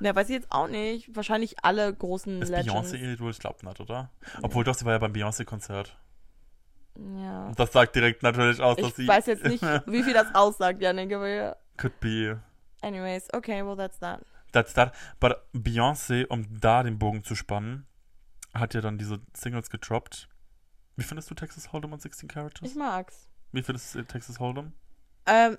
B: Na, weiß ich jetzt auch nicht. Wahrscheinlich alle großen
A: Ist
B: Legends.
A: Beyoncé ihr Idol? Ich glaube nicht, oder? Obwohl, doch, sie war ja beim Beyoncé-Konzert.
B: Ja.
A: Und das sagt direkt natürlich aus, dass
B: Ich
A: sie...
B: weiß jetzt nicht, wie viel das aussagt, Janik, aber ja.
A: Could be...
B: Anyways, okay, well, that's that.
A: that's that. But Beyoncé, um da den Bogen zu spannen, hat ja dann diese Singles getroppt. Wie findest du Texas Hold'em und 16 Characters?
B: Ich mag's.
A: Wie findest du Texas Hold'em?
B: Ähm,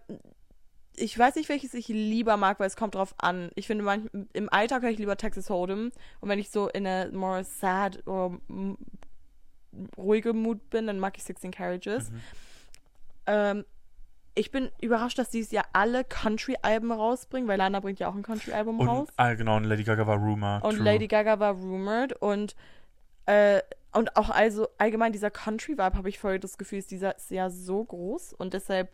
B: ich weiß nicht, welches ich lieber mag, weil es kommt drauf an. Ich finde, manch, im Alltag höre ich lieber Texas Hold'em. Und wenn ich so in a more sad oder m- ruhige Mood bin, dann mag ich 16 Carriages.
A: Mhm.
B: Ähm, ich bin überrascht, dass dieses Jahr alle Country-Alben rausbringen, weil Lana bringt ja auch ein Country-Album raus.
A: Und, ah, genau, und Lady Gaga war Rumor.
B: Und
A: true.
B: Lady Gaga war rumored und äh, und auch also allgemein dieser Country-Vibe habe ich voll das Gefühl, ist dieses Jahr so groß und deshalb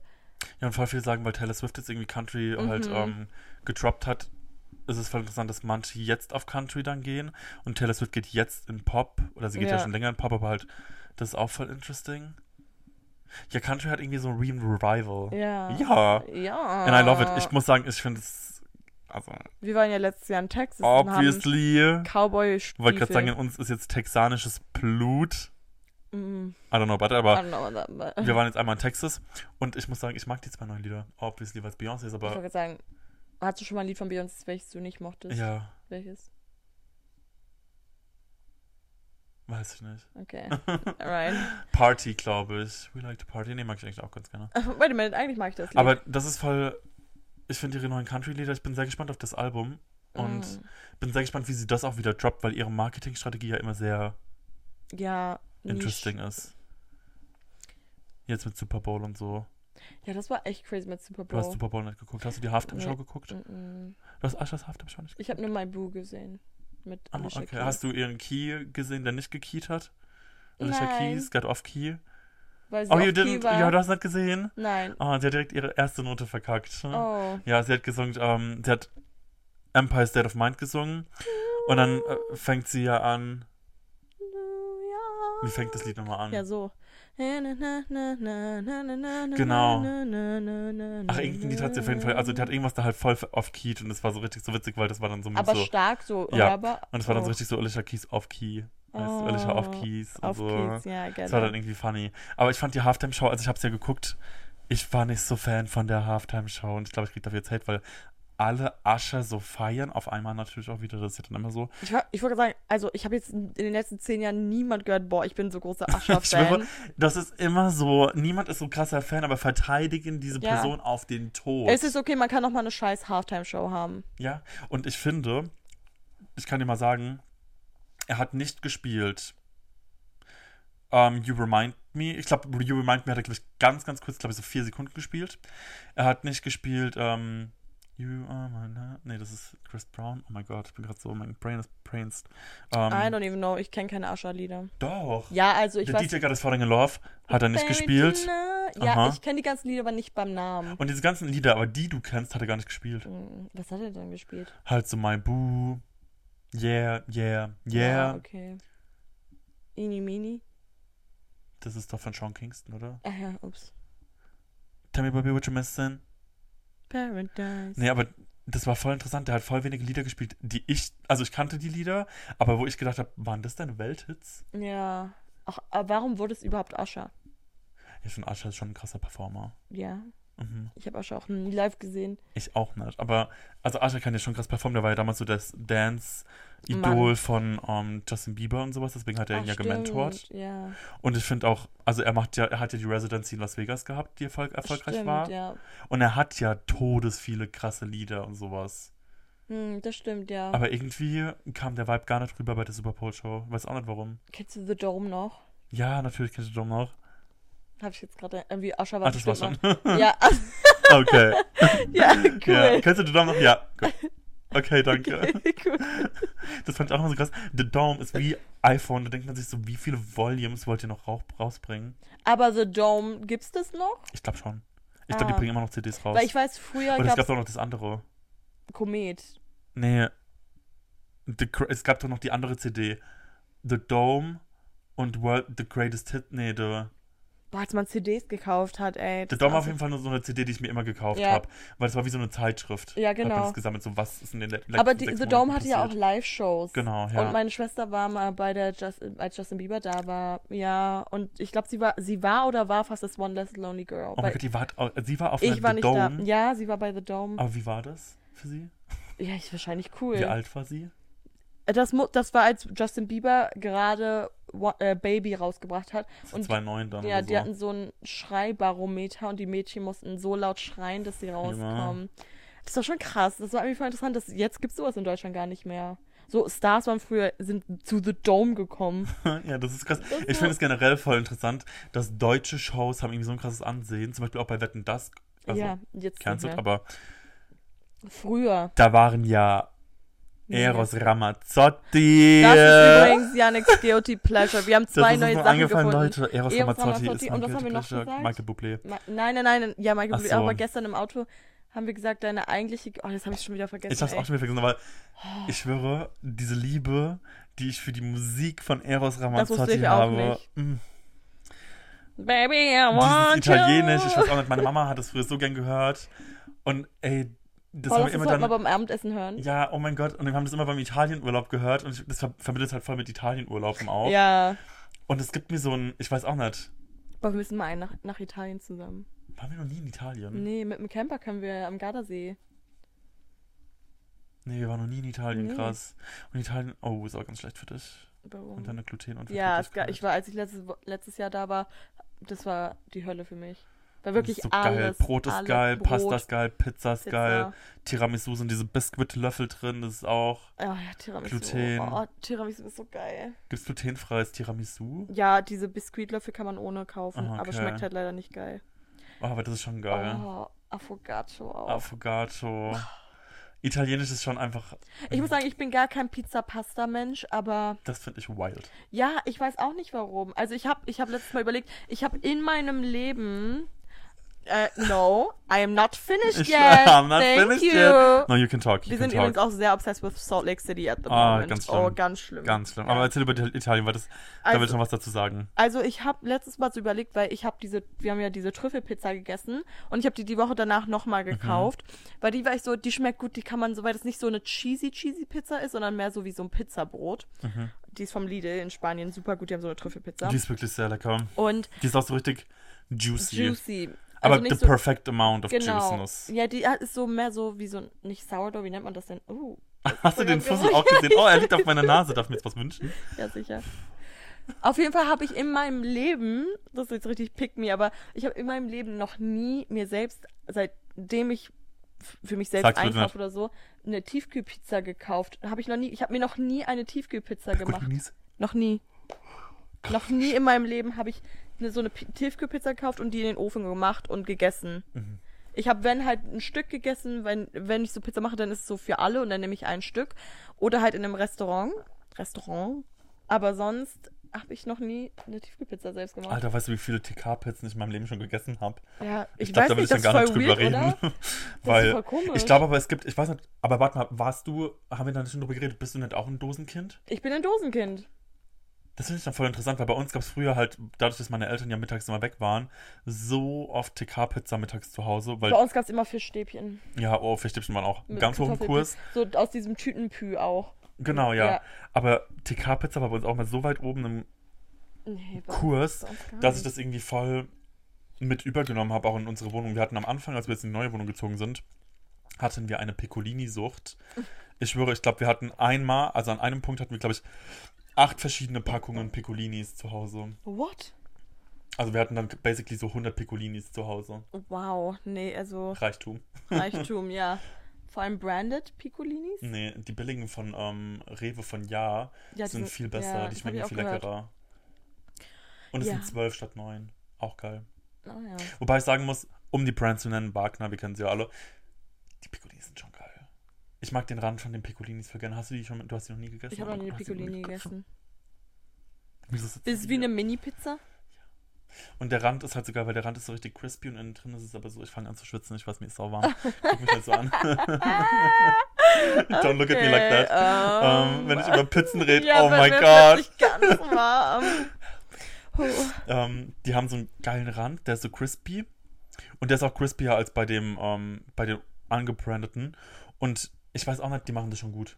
A: Ja, und voll viele sagen, weil Taylor Swift jetzt irgendwie Country
B: Mhm.
A: halt ähm, getroppt hat, ist es voll interessant, dass manche jetzt auf Country dann gehen und Taylor Swift geht jetzt in Pop oder sie geht ja,
B: Ja.
A: schon länger in Pop, aber halt, das ist auch voll interesting. Ja, Country hat irgendwie so ein Re- Revival.
B: ja.
A: Ja.
B: Ja.
A: And I love it. Ich muss sagen, ich finde es. Also,
B: Wir waren ja letztes Jahr in Texas und
A: obviously.
B: haben Cowboy
A: Wollte gerade sagen, in uns ist jetzt texanisches Blut.
B: mm,
A: I don't know about it,
B: I
A: aber
B: don't know about that, but-
A: wir waren jetzt einmal in Texas und ich muss sagen, ich mag die zwei neuen Lieder. Obviously, weil es Beyoncé ist,
B: Ich wollte
A: aber.
B: gerade sagen, hast du schon mal ein Lied von Beyoncé, welches du nicht mochtest?
A: Ja,
B: Welches?
A: weiß ich nicht.
B: Okay. Alright.
A: Party, glaube ich. We like to party. Nee, mag ich eigentlich auch ganz gerne.
B: Wait a minute, eigentlich mag ich das Lied.
A: Aber das ist voll. Ich finde ihre neuen Country-Lieder. Ich bin sehr gespannt auf das Album. Und
B: Mm.
A: bin sehr gespannt, wie sie das auch wieder droppt, weil ihre Marketingstrategie ja immer sehr
B: ja, niche.
A: interesting ist. Jetzt mit Super Bowl und so.
B: Ja, das war echt crazy mit Super
A: Du hast
B: Bowl.
A: Super Bowl nicht geguckt. Hast du die Halftime-Show
B: Nee. Mhm.
A: geguckt? Du
B: Mm-mm.
A: hast Aschers Halftime-Show nicht geguckt?
B: Ich habe nur My Boo gesehen. Mit
A: Ah,
B: Alicia
A: okay.
B: Keys.
A: Hast du ihren Key gesehen, der nicht gekeyt hat? Alicia
B: Nein.
A: Keys got off Key.
B: Weil sie
A: Oh,
B: auf
A: you
B: Key
A: didn't.
B: war.
A: Ja, du hast nicht gesehen.
B: Nein.
A: Ah, sie hat direkt ihre erste Note verkackt.
B: Oh.
A: Ja, sie hat gesungen, ähm, sie hat Empire State of Mind gesungen und dann äh, fängt sie ja an. Wie fängt das Lied nochmal an?
B: Ja, so. Genau.
A: Genau. Ach, irgendein Lied hat sie auf jeden Fall, also die hat irgendwas da halt voll off-key und das war so richtig so witzig, weil das war dann so mit
B: Aber
A: so.
B: stark so.
A: Ja.
B: Aber,
A: Und das war dann so
B: oh.
A: richtig so Alicia Keys off-key. Weißt du,
B: Oh,
A: Alicia off-keys und
B: Auf
A: so.
B: Kids, ja, genau.
A: Das war dann irgendwie funny. Aber ich fand die Halftime-Show, also ich hab's ja geguckt, ich war nicht so Fan von der Halftime-Show und ich glaube, ich krieg dafür jetzt Hate, weil alle Asche so feiern, auf einmal natürlich auch wieder, das ist ja dann immer so.
B: Ich, wa- ich wollte sagen, also ich habe jetzt in den letzten zehn Jahren niemand gehört, boah, ich bin so großer
A: Ich schwöre,
B: Ascher-Fan.
A: das ist immer so. Niemand ist so ein krasser Fan, aber verteidigen diese
B: Ja.
A: Person auf den Tod.
B: es ist okay, man kann noch mal eine scheiß Halftime-Show haben.
A: ja, und ich finde, ich kann dir mal sagen, er hat nicht gespielt. Ähm, you Remind Me. Ich glaube, You Remind Me hat er, glaube ich, ganz, ganz kurz, glaube ich, so vier Sekunden gespielt. Er hat nicht gespielt, ähm, You Are My Na- Nee, das ist Chris Brown. Oh mein Gott, ich bin gerade so, mein Brain ist brainsed.
B: I
A: Ähm,
B: don't even know, ich kenne keine Ascher-Lieder.
A: doch.
B: Ja, also ich
A: Der
B: weiß.
A: DJ Got Us Falling in Love hat er nicht
B: Baby
A: gespielt.
B: tonight. Ja,
A: Aha.
B: ich kenne die ganzen Lieder, aber nicht beim Namen.
A: Und diese ganzen Lieder, aber die du kennst, hat er gar nicht gespielt.
B: Hm, Was hat er denn gespielt?
A: Halt so My Boo, Yeah, Yeah, Yeah.
B: Ah, okay. Ini Mini.
A: Das ist doch von Sean Kingston, oder?
B: Ach Ah ja, ups.
A: Tell me, baby, what you missing?
B: Paradise.
A: Nee, aber das war voll interessant. Der hat voll wenige Lieder gespielt, die ich, also ich kannte die Lieder, aber wo ich gedacht habe, waren das denn Welthits?
B: Ja. Ach, aber warum wurde es überhaupt Ascher?
A: Ich finde, Asha ist schon ein krasser Performer.
B: Ja.
A: Mhm.
B: Ich habe Ascher auch noch nie live gesehen.
A: Ich auch nicht. Aber, also Asha kann ja schon krass performen. Der war ja damals so das Dance-Idol von ähm, Justin Bieber und sowas. Deswegen hat er ihn
B: Ach,
A: ja gementort.
B: stimmt, Ja.
A: Und ich finde auch, also er macht ja, er hat ja die Residency in Las Vegas gehabt, die erfolg, erfolgreich
B: stimmt,
A: war.
B: Ja.
A: Und er hat ja todes viele krasse Lieder und sowas.
B: Hm, das stimmt, ja.
A: Aber irgendwie kam der Vibe gar nicht rüber bei der Super Bowl Show. Weiß auch nicht warum.
B: Kennst du The Dome noch?
A: Ja, natürlich kennst du Dom noch.
B: Hab ich jetzt gerade irgendwie Ascher war
A: Ach, Ah, das war schon.
B: bestimmt mal- Ja, ach,
A: okay.
B: ja,
A: Ja.
B: cool.
A: Kennst du The Dom noch? Ja. Gut. Okay, danke.
B: Okay, cool.
A: Das fand ich auch immer so krass. The Dome ist wie iPhone. Da denkt man sich so, wie viele Volumes wollt ihr noch rauch- rausbringen?
B: Aber The Dome, gibt's das noch?
A: Ich glaube schon. Ich glaube,
B: Ah.
A: die bringen immer noch CDs raus.
B: Weil ich weiß, früher
A: Oder es gab
B: gab's
A: auch noch das andere.
B: Komet.
A: Nee. The, Cra- es gab doch noch die andere CD. The Dome und World, The Greatest Hit. Nee, The,
B: Boah, als man CDs gekauft hat, ey.
A: The
B: das
A: Dome
B: war
A: war auf jeden Fall nur so eine CD, die ich mir immer gekauft
B: Ja.
A: habe. Weil es war wie so eine Zeitschrift.
B: Ja,
A: Da hat man
B: genau.
A: das gesammelt, so was ist in den le- letzten
B: Aber die,
A: sechs
B: The
A: Monaten
B: Dome hatte ja auch
A: passiert.
B: Live-Shows.
A: Genau, ja.
B: Und meine Schwester war mal bei der, Justin, als Justin Bieber da war, ja. Und ich glaube, sie war, sie war oder war fast das One Less Lonely Girl.
A: Oh
B: Weil
A: mein Gott, die war, au- sie war auf einer
B: ich war
A: The
B: nicht
A: Dome.
B: da. Ja, sie war bei The Dome.
A: Aber wie war das für sie?
B: Ja, ist wahrscheinlich cool.
A: Wie alt war sie?
B: Das, mu- das war, als Justin Bieber gerade Wa- äh, Baby rausgebracht hat.
A: Ist sie
B: Und
A: 2,9 dann
B: ja,
A: oder
B: die
A: so.
B: hatten so ein Schreibarometer und die Mädchen mussten so laut schreien, dass sie rauskommen. Das war schon krass. Das war irgendwie voll interessant. Dass, jetzt gibt es sowas in Deutschland gar nicht mehr. So, Stars waren früher, sind zu The Dome gekommen.
A: ja, das ist krass.
B: ist
A: ich
B: so-
A: finde es generell voll interessant, dass deutsche Shows haben irgendwie so ein krasses Ansehen. Zum Beispiel auch bei Wetten, das. Also,
B: ja, Mhm. jetzt nicht
A: Cancelled,
B: mehr.
A: aber
B: Früher.
A: da waren ja
B: Nee.
A: Eros Ramazzotti.
B: Das ist übrigens Yannick's Guilty Pleasure. Wir haben
A: Das
B: zwei
A: ist
B: neue
A: uns mal
B: Sachen
A: eingefallen,
B: gefunden.
A: Leute. Eros,
B: Eros
A: Ramazzotti,
B: Ramazzotti
A: ist
B: und
A: mein
B: was haben wir
A: Guilty
B: noch
A: Pleasure.
B: gesagt?
A: Michael Bublé.
B: Ma- Nein, nein, nein. Ja, Michael
A: Ach
B: Bublé,
A: so.
B: aber gestern im Auto haben wir gesagt, deine eigentliche... Oh, das habe ich schon wieder vergessen.
A: Ich hab's
B: ey.
A: auch schon wieder vergessen, aber ich schwöre, diese Liebe, die ich für die Musik von Eros Ramazzotti
B: ich auch
A: habe. mm,
B: nicht.
A: mh,
B: Baby, I
A: Dieses
B: want
A: Italienisch,
B: you.
A: ich weiß auch nicht, meine Mama hat das früher so gern gehört. Und ey, das
B: Boah, halt
A: haben wir
B: lass uns
A: immer
B: heute
A: dann.
B: mal beim Abendessen hören.
A: Ja, oh mein Gott, und wir haben das immer beim Italienurlaub gehört und ich, das ver verbindet halt voll mit Italienurlauben auch.
B: Ja.
A: Und es gibt mir so ein, ich weiß auch nicht,
B: Aber wir müssen mal ein- nach, nach Italien zusammen.
A: waren wir noch nie in Italien? Nee,
B: Nee, mit dem Camper können wir am Gardasee.
A: wir waren noch nie in Italien,
B: Nee.
A: krass. Und Italien, oh, ist auch ganz schlecht für dich.
B: Warum?
A: Und deine Glutenunverträglichkeit.
B: Oh. Ja, es ga- ich war, als ich letztes, Wo- letztes Jahr da war, das war die Hölle für mich. War wirklich
A: Das ist so
B: alles.
A: geil. Brot ist
B: alles,
A: geil,
B: Brot,
A: Pasta ist geil, Pizza ist
B: Pizza.
A: geil, Tiramisu sind diese Biskuitlöffel drin, das ist auch.
B: Oh ja, Tiramisu.
A: Gluten.
B: Oh, Tiramisu ist so geil.
A: Gibt's glutenfreies Tiramisu?
B: Ja, diese Biskuitlöffel kann man ohne kaufen,
A: Ah,
B: aber
A: okay.
B: schmeckt halt leider nicht geil.
A: Oh, aber das ist schon geil.
B: Oh, Affogato auch.
A: Affogato. Italienisch ist schon einfach,
B: ich muss sagen, ich bin gar kein Pizza-Pasta-Mensch, aber
A: das finde ich wild.
B: Ja, ich weiß auch nicht warum. Also ich habe ich hab letztes Mal überlegt, ich habe in meinem Leben äh, no, I am not finished
A: Ich-
B: yet.
A: I'm not
B: Thank
A: finished
B: you.
A: yet. No, you can talk. You
B: Wir
A: can
B: sind
A: talk.
B: übrigens auch sehr obsessed with Salt Lake City at the
A: Ah,
B: moment.
A: ganz schlimm.
B: oh, ganz schlimm.
A: Ganz schlimm. Aber erzähl über Ital- Italien, weil das, da will ich
B: also,
A: noch was dazu sagen.
B: also ich habe letztes Mal so überlegt, weil ich habe diese, wir haben ja diese Trüffelpizza gegessen und ich habe die die Woche danach
A: Mhm.
B: nochmal gekauft, weil die war ich so, die schmeckt gut, die kann man so, weil das nicht so eine cheesy cheesy Pizza ist, sondern mehr so wie so ein Pizzabrot. Die ist vom Lidl in Spanien super gut, die haben so eine Trüffelpizza.
A: Mhm. Die ist wirklich sehr lecker.
B: Und
A: Die ist auch so richtig juicy.
B: juicy.
A: aber
B: also
A: the
B: nicht so,
A: perfect amount of
B: genau.
A: juiciness.
B: Ja, die hat- ist so mehr so wie so ein, nicht Sourdough, wie nennt man das denn? Oh,
A: Hast du den Fussel auch gesehen? Oh, er liegt auf meiner Nase. Darf ich mir jetzt was wünschen?
B: ja sicher. Auf jeden Fall habe ich in meinem Leben, das ist jetzt richtig pick me, aber ich habe in meinem Leben noch nie mir selbst, seitdem ich f- für mich selbst
A: Sag's bitte nicht.
B: einkaufe oder so, eine Tiefkühlpizza gekauft. Habe ich noch nie, ich habe mir noch nie eine Tiefkühlpizza
A: Gut,
B: gemacht.
A: Mies.
B: Noch nie. Noch nie in meinem Leben habe ich eine, so eine P- Tiefkühlpizza gekauft und die in den Ofen gemacht und gegessen.
A: Mhm.
B: Ich habe, wenn halt ein Stück gegessen, wenn, wenn ich so Pizza mache, dann ist es so für alle und dann nehme ich ein Stück. Oder halt in einem Restaurant. Restaurant. Aber sonst habe ich noch nie eine Tiefkühlpizza selbst gemacht.
A: Alter, weißt du, wie viele TK-Pizzen ich in meinem Leben schon gegessen habe?
B: ja, ich,
A: glaub,
B: weiß nicht,
A: dann
B: das ist voll weird, oder?
A: Weil
B: voll komisch.
A: ich glaube aber, es gibt, ich weiß nicht, aber warte mal, warst du, haben wir da nicht schon drüber geredet, bist du nicht auch ein Dosenkind?
B: Ich bin ein Dosenkind.
A: Das finde ich dann voll interessant, weil bei uns gab es früher halt, dadurch, dass meine Eltern ja mittags immer weg waren, so oft TK-Pizza mittags zu Hause, weil,
B: Bei uns gab es immer Fischstäbchen.
A: ja, oh, Fischstäbchen waren auch
B: mit
A: ganz hoch im Kurs.
B: Kartoffelpü. So aus diesem Tütenpü auch.
A: Genau, ja.
B: Ja.
A: Aber TK-Pizza war bei uns auch mal so weit oben im
B: Nee, bei uns-
A: Kurs,
B: bei uns gar
A: dass ich
B: nicht.
A: das irgendwie voll mit übergenommen habe, auch in unsere Wohnung. Wir hatten am Anfang, als wir jetzt in die neue Wohnung gezogen sind, hatten wir eine Piccolini-Sucht. Ich schwöre, ich glaube, wir hatten einmal, also an einem Punkt hatten wir, glaube ich, acht verschiedene Packungen Piccolinis zu Hause.
B: What?
A: Also wir hatten dann basically so 100 Piccolinis zu Hause.
B: Wow, nee, also
A: Reichtum.
B: Reichtum, ja. Vor allem branded Piccolinis.
A: Nee, die billigen von ähm, Rewe von Ja
B: Ja,
A: sind
B: die-
A: viel besser,
B: ja,
A: die
B: das hab
A: schmecken
B: ich auch
A: viel
B: gehört.
A: leckerer. Und es
B: Ja.
A: sind zwölf statt neun. Auch geil.
B: Ah, ja.
A: Wobei ich sagen muss, um die Brands zu nennen, Wagner, wir kennen sie ja alle, die Piccolinis sind schon geil. Ich mag den Rand von den Piccolinis voll gerne. Hast du die schon, du hast die noch nie gegessen?
B: Ich habe noch nie
A: Du
B: eine
A: hast die
B: Piccolini
A: nie
B: gegessen.
A: Wieso sitzt du
B: Ist es wie
A: hier?
B: ne- eine Mini-Pizza?
A: Und der Rand ist halt so geil, weil der Rand ist so richtig crispy und innen drin ist es aber so, ich fange an zu schwitzen, ich weiß, mir ist sau warm. Guck mich halt so an. Don't look at me like that. Ähm, wenn ich über Pizzen rede, oh my God.
B: Ich ganz warm. Oh,
A: Ähm, die haben so einen geilen Rand, der ist so crispy. Und der ist auch crispier als bei dem, ähm, bei den angebrandeten. Und ich weiß auch nicht, die machen das schon gut.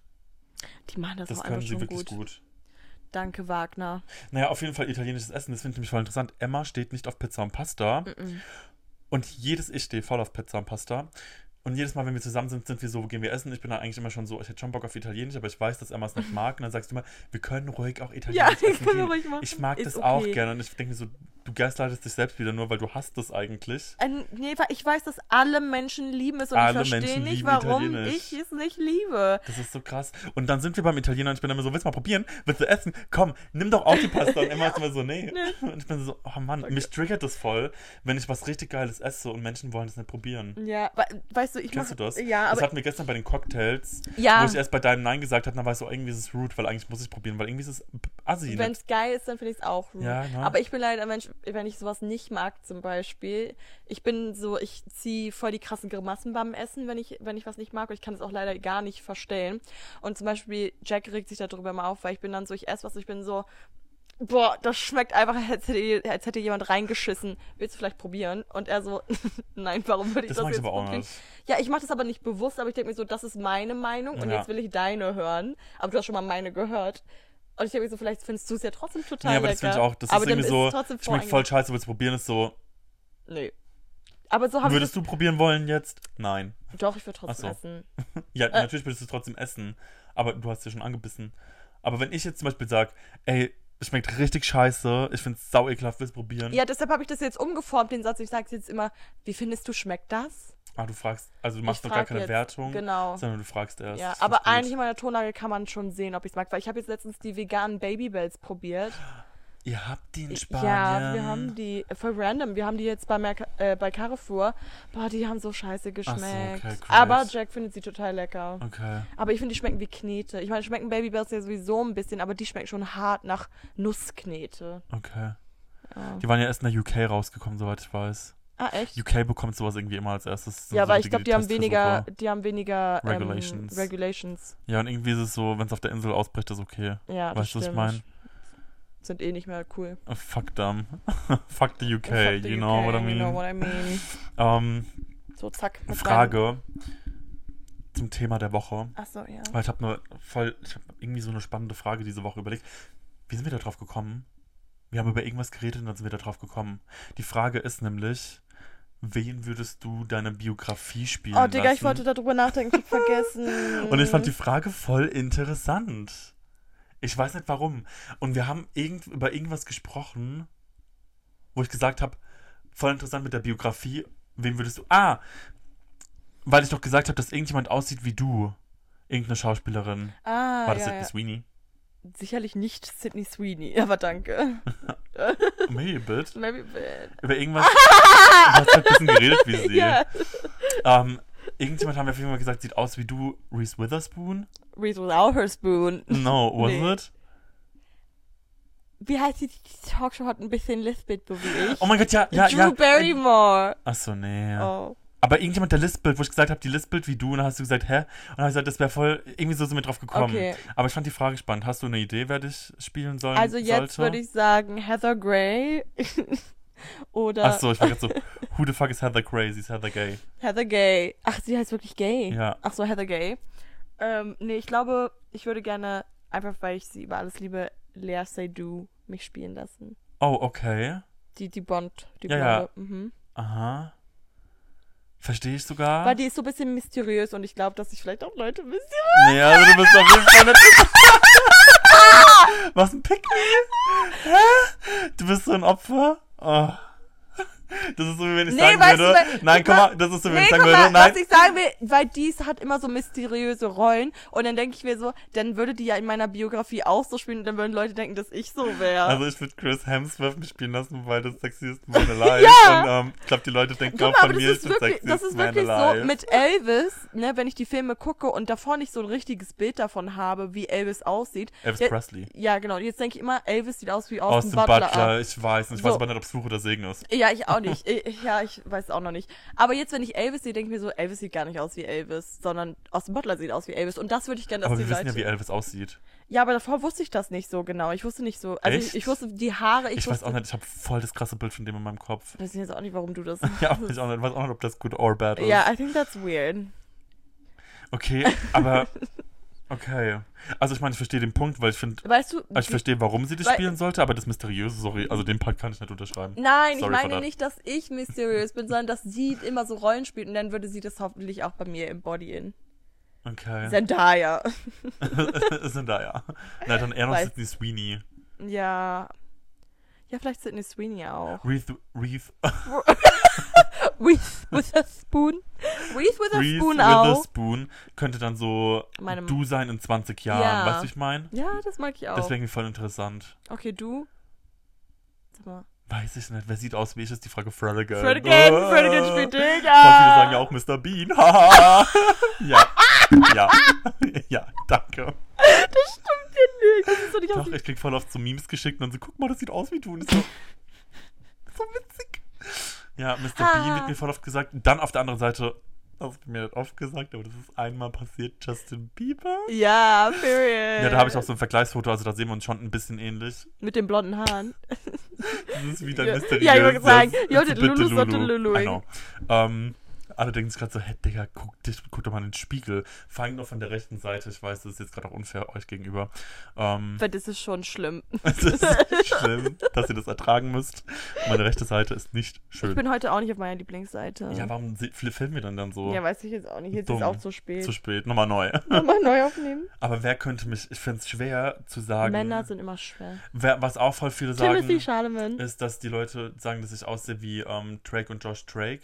B: Die machen das,
A: Das
B: auch
A: können
B: einfach
A: sie
B: schon
A: wirklich
B: gut.
A: gut.
B: Danke, Wagner.
A: Naja, auf jeden Fall italienisches Essen. Das finde ich nämlich voll interessant.
B: Mm.
A: Emma steht nicht auf Pizza und Pasta.
B: Mm-mm.
A: Und jedes Ich stehe voll auf Pizza und Pasta. Und jedes Mal, wenn wir zusammen sind, sind wir so, gehen wir essen. Ich bin dann eigentlich immer schon so, ich hätte schon Bock auf Italienisch, aber ich weiß, dass Emma es nicht mag. Und dann sagst du immer, wir können ruhig auch Italienisch
B: Ja,
A: essen
B: können wir
A: gehen.
B: ruhig machen.
A: Ich mag
B: Ist
A: das auch
B: okay.
A: gerne. Und ich denke mir so, du gaslightest dich selbst wieder nur, weil du hast das eigentlich.
B: Ein, nee, weil ich weiß, dass alle Menschen lieben es und
A: Alle
B: ich verstehe
A: Menschen
B: nicht,
A: lieben
B: warum
A: Italienisch.
B: ich es nicht liebe.
A: Das ist so krass. Und dann sind wir beim Italiener und ich bin immer so, willst du mal probieren? Willst du essen? Komm, nimm doch auch die Pasta. Und Emma ist immer so, nee. Und ich bin so, oh Mann, mich triggert das voll, wenn ich was richtig Geiles esse und Menschen wollen das nicht probieren.
B: Ja, we- weißt du, ich
A: Kennst
B: mach,
A: du das? Also
B: Ja,
A: das
B: aber
A: hatten wir gestern bei den Cocktails,
B: Ja.
A: wo ich erst bei deinem Nein gesagt habe, dann war ich so, oh, irgendwie ist es rude, weil eigentlich muss ich probieren, weil irgendwie ist es assi. ne?
B: wenn es geil ist, dann finde ich es auch rude.
A: Ja, ne?
B: Aber ich bin leider ein Mensch, wenn ich sowas nicht mag zum Beispiel, ich bin so, ich ziehe voll die krassen Grimassen beim Essen, wenn ich, wenn ich was nicht mag und ich kann es auch leider gar nicht verstellen. Und zum Beispiel Jack regt sich darüber mal auf, weil ich bin dann so, ich esse was, und ich bin so, boah, das schmeckt einfach, als hätte, als hätte jemand reingeschissen. Willst du vielleicht probieren? Und er so, nein, warum würde ich
A: Das
B: das,
A: mag ich
B: jetzt
A: aber auch
B: probieren?
A: nicht.
B: Ja, ich mache das aber nicht bewusst, aber ich denke mir so, das ist meine Meinung und
A: Ja.
B: jetzt will ich deine hören. Aber du hast schon mal meine gehört. Und ich denke mir so, vielleicht findest du es ja trotzdem total
A: Nee, aber
B: lecker.
A: das finde ich auch, das
B: aber
A: ist
B: dann
A: irgendwie so,
B: es trotzdem
A: schmeckt voll
B: voreingenommen.
A: scheiße, willst du probieren, ist so,
B: Nee. Aber so habe ich
A: würdest du probieren wollen jetzt? Nein.
B: das, Doch, ich würde trotzdem
A: Ach
B: essen.
A: Ja,
B: Äh.
A: natürlich würdest du es trotzdem essen, aber du hast ja schon angebissen. Aber wenn ich jetzt zum Beispiel sage, ey, es schmeckt richtig scheiße, ich finde es sau ekelhaft, willst du probieren?
B: Ja, deshalb habe ich das jetzt umgeformt, den Satz. Ich sage jetzt immer, wie findest du, schmeckt das?
A: Ah, du fragst, also du machst
B: Ich
A: doch gar
B: frag
A: keine
B: jetzt,
A: Wertung,
B: genau.
A: sondern du fragst erst.
B: Ja,
A: Ich
B: aber
A: find's gut.
B: eigentlich in meiner Tonlage kann man schon sehen, ob ich es mag. Weil ich habe jetzt letztens die veganen Babybells probiert.
A: Ihr habt die in Spanien.
B: Ja, wir haben die, äh, voll random, wir haben die jetzt bei, Merc äh, bei Carrefour. Boah, die haben so scheiße geschmeckt.
A: okay, great.
B: Aber Jack findet sie total lecker.
A: Okay.
B: Aber ich finde, die schmecken wie Knete. Ich meine, schmecken Babybells ja sowieso ein bisschen, aber die schmecken schon hart nach Nussknete.
A: Okay.
B: Ja.
A: Die waren ja erst in der UK rausgekommen, soweit ich weiß.
B: Ah, echt?
A: UK bekommt sowas irgendwie immer als erstes.
B: ja,
A: So
B: aber ich
A: richtige
B: glaube, die haben
A: Testversuche.
B: weniger, die haben weniger ähm,
A: Regulations.
B: Regulations.
A: Ja, und irgendwie ist es so, wenn es auf der Insel ausbricht, ist okay.
B: Ja,
A: weißt
B: das
A: du, was ich
B: stimmt.
A: meine?
B: Sind eh nicht mehr cool.
A: Oh, Fuck them. Fuck the UK,
B: Fuck the
A: you know
B: UK,
A: what I mean.
B: You know what I mean.
A: Ähm,
B: So, zack. mit
A: Frage zum Thema der Woche.
B: meinem- Ach so, ja.
A: Weil ich habe eine voll, ich habe irgendwie so eine spannende Frage diese Woche überlegt. Wie sind wir da drauf gekommen? Wir haben über irgendwas geredet und dann sind wir da drauf gekommen. Die Frage ist nämlich, wen würdest du deine Biografie spielen
B: Oh, Digga,
A: lassen?
B: ich wollte darüber nachdenken, ich hab vergessen.
A: Und ich fand die Frage voll interessant. Ich weiß nicht warum. Und wir haben irgend, über irgendwas gesprochen, wo ich gesagt habe, voll interessant mit der Biografie. Wen würdest du. Ah! Weil ich doch gesagt habe, dass irgendjemand aussieht wie du. Irgendeine Schauspielerin.
B: Ah,
A: War das
B: ja,
A: Sydney Sweeney?
B: ja. Sicherlich nicht Sydney Sweeney, aber danke.
A: Maybe bit.
B: Maybe bad.
A: Über irgendwas. du hast halt ein bisschen geredet wie sie.
B: Ja.
A: Ähm, irgendjemand haben wir auf jeden Fall gesagt, sieht aus wie du, Reese Witherspoon?
B: Reese without her spoon.
A: No, was
B: Nee.
A: it?
B: Wie heißt die, die Talkshow hat ein bisschen Lisbeth bewegt?
A: Oh mein Gott, ja, ja,
B: Drew
A: ja.
B: Barrymore.
A: Achso, nee.
B: Oh.
A: Aber irgendjemand der Listbild, wo ich gesagt habe, die Listbild wie du, und dann hast du gesagt, hä? Und dann habe ich gesagt, das wäre voll, irgendwie so sind wir drauf gekommen.
B: Okay.
A: Aber ich fand die Frage spannend. Hast du eine Idee, wer dich spielen sollen
B: Also jetzt
A: sollte?
B: würde ich sagen Heather Gray. Oder
A: Achso, ich war gerade so, who the fuck is Heather Crazy? Is Heather Gay?
B: Heather Gay. Ach, sie heißt wirklich Gay.
A: Ja.
B: Ach so, Heather Gay. Ähm, nee, ich glaube, ich würde gerne, einfach weil ich sie über alles liebe, Lea Seydoux mich spielen lassen.
A: Oh, okay.
B: Die, die Bond, die
A: Ja, ja.
B: Blonde. Mhm.
A: Aha. Verstehe ich sogar.
B: Weil die ist so ein bisschen mysteriös und ich glaube, dass ich vielleicht auch Leute mysteriös.
A: Nee, also du bist auf jeden Fall nicht. Was ein Pick Hä? Du bist so ein Opfer? Oh. Das ist so, wie wenn ich
B: Nee,
A: sagen
B: weißt du,
A: würde.
B: weil-
A: nein,
B: ich
A: komm
B: mach-
A: mal, das ist so, wie wenn
B: Nee,
A: ich
B: guck
A: sagen
B: mal,
A: würde. Nein,
B: was ich sagen will, weil die ist- hat immer so mysteriöse Rollen und dann denke ich mir so, dann würde die ja in meiner Biografie auch so spielen und dann würden Leute denken, dass ich so wäre.
A: Also ich würde Chris Hemsworth mich spielen lassen, weil das sexiest man alive.
B: Ja.
A: Und ähm, ich glaube, die Leute denken
B: Guck
A: auch
B: mal,
A: von
B: aber das
A: mir, ich
B: ist
A: bin
B: wirklich,
A: sexiest
B: das ist
A: man
B: wirklich so
A: alive.
B: mit Elvis, ne, wenn ich die Filme gucke und davor nicht so ein richtiges Bild davon habe, wie Elvis aussieht.
A: Elvis
B: Ja,
A: Presley.
B: Ja, genau. Jetzt denke ich immer, Elvis sieht aus wie Austin,
A: Austin Butler.
B: Butler.
A: ich weiß nicht. Ich
B: So.
A: weiß aber nicht, ob es Fluch oder Segen ist.
B: Ja, ich auch nicht. Ich, ja, ich weiß auch noch nicht. Aber jetzt, wenn ich Elvis sehe, denke ich mir so, Elvis sieht gar nicht aus wie Elvis, sondern Austin Butler sieht aus wie Elvis. Und das würde ich gerne, dass
A: Aber
B: die
A: wir wissen
B: Leute.
A: ja, wie Elvis aussieht.
B: ja, aber davor wusste ich das nicht so genau. Ich wusste nicht so. Also ich,
A: Echt?
B: ich wusste die Haare, ich,
A: Ich, weiß
B: wusste.
A: auch nicht, ich habe voll das krasse Bild von dem in meinem Kopf.
B: Ich weiß jetzt auch nicht, warum du das.
A: Ja, aber ich auch nicht, weiß auch nicht, ob das good or bad ist.
B: Ja, I think that's weird.
A: Okay, aber Okay. Also ich meine, ich verstehe den Punkt, weil ich finde,
B: Weißt du,
A: Ah, ich verstehe, warum sie das
B: Weil-
A: spielen sollte, aber das Mysteriöse, sorry, also den Part kann ich nicht unterschreiben.
B: Nein,
A: Sorry
B: ich
A: for
B: meine
A: that.
B: nicht, dass ich mysteriös bin, sondern dass sie immer so Rollen spielt und dann würde sie das hoffentlich auch bei mir embodyen.
A: Okay.
B: Zendaya.
A: Sind da ja. Na, dann eher noch
B: Weiß-
A: Sidney Sweeney.
B: Ja. Ja, vielleicht Sidney Sweeney auch.
A: Reese, Reese,
B: Reese Witherspoon. Reese
A: Reese
B: Witherspoon auch.
A: Witherspoon könnte dann so
B: Meine-
A: du sein in 20 Jahren,
B: Ja.
A: weißt du, ich meine?
B: Ja, das mag ich auch.
A: Deswegen voll interessant.
B: Okay, du. Sag mal.
A: Weiß ich nicht, wer sieht aus wie ich, ist die Frage Fredigan.
B: Fred again,
A: äh,
B: Fred again spielt dich.
A: Voll viele sagen ja auch Mr. Bean. Haha. ja. Ja. ja, danke.
B: Das ist doch nicht aus
A: Doch, ich krieg voll oft so Memes geschickt und dann so, guck mal, das sieht aus wie du. Und ich so, so witzig. Ja, Mr. Bean
B: Ah.
A: wird mir voll oft gesagt. Dann auf der anderen Seite, das wird mir nicht oft gesagt, aber das ist einmal passiert, Justin Bieber.
B: Ja, period.
A: Ja, da habe ich auch so ein Vergleichsfoto, also da sehen wir uns schon ein bisschen ähnlich.
B: Mit den blonden Haaren.
A: Das ist wieder ein
B: Ja,
A: mysteriöses.
B: ja, ich wollte sagen,
A: ja,
B: ja, das Lulu ist doch Lulu.
A: I know. Ähm, alle denken sich gerade so, hä, Digga, guck, dich, guck doch mal in den Spiegel. Vor allem noch von der rechten Seite. Ich weiß, das ist jetzt gerade auch unfair euch gegenüber. Ähm,
B: Weil das ist schon schlimm.
A: es ist schlimm, dass ihr das ertragen müsst. Meine rechte Seite ist nicht
B: Ich
A: schön.
B: bin heute auch nicht auf meiner Lieblingsseite.
A: Ja, warum se- filmen wir dann dann so?
B: Ja, weiß ich jetzt auch nicht. Jetzt
A: Dumm.
B: ist auch zu spät.
A: Zu spät, nochmal neu.
B: Nochmal neu aufnehmen.
A: Aber wer könnte mich, ich finde es schwer zu sagen.
B: Männer sind immer schwer.
A: wer, was auch voll viele sagen,
B: Timothy Charlemagne.
A: ist, dass die Leute sagen, dass ich aussehe wie ähm, Drake und Josh Drake.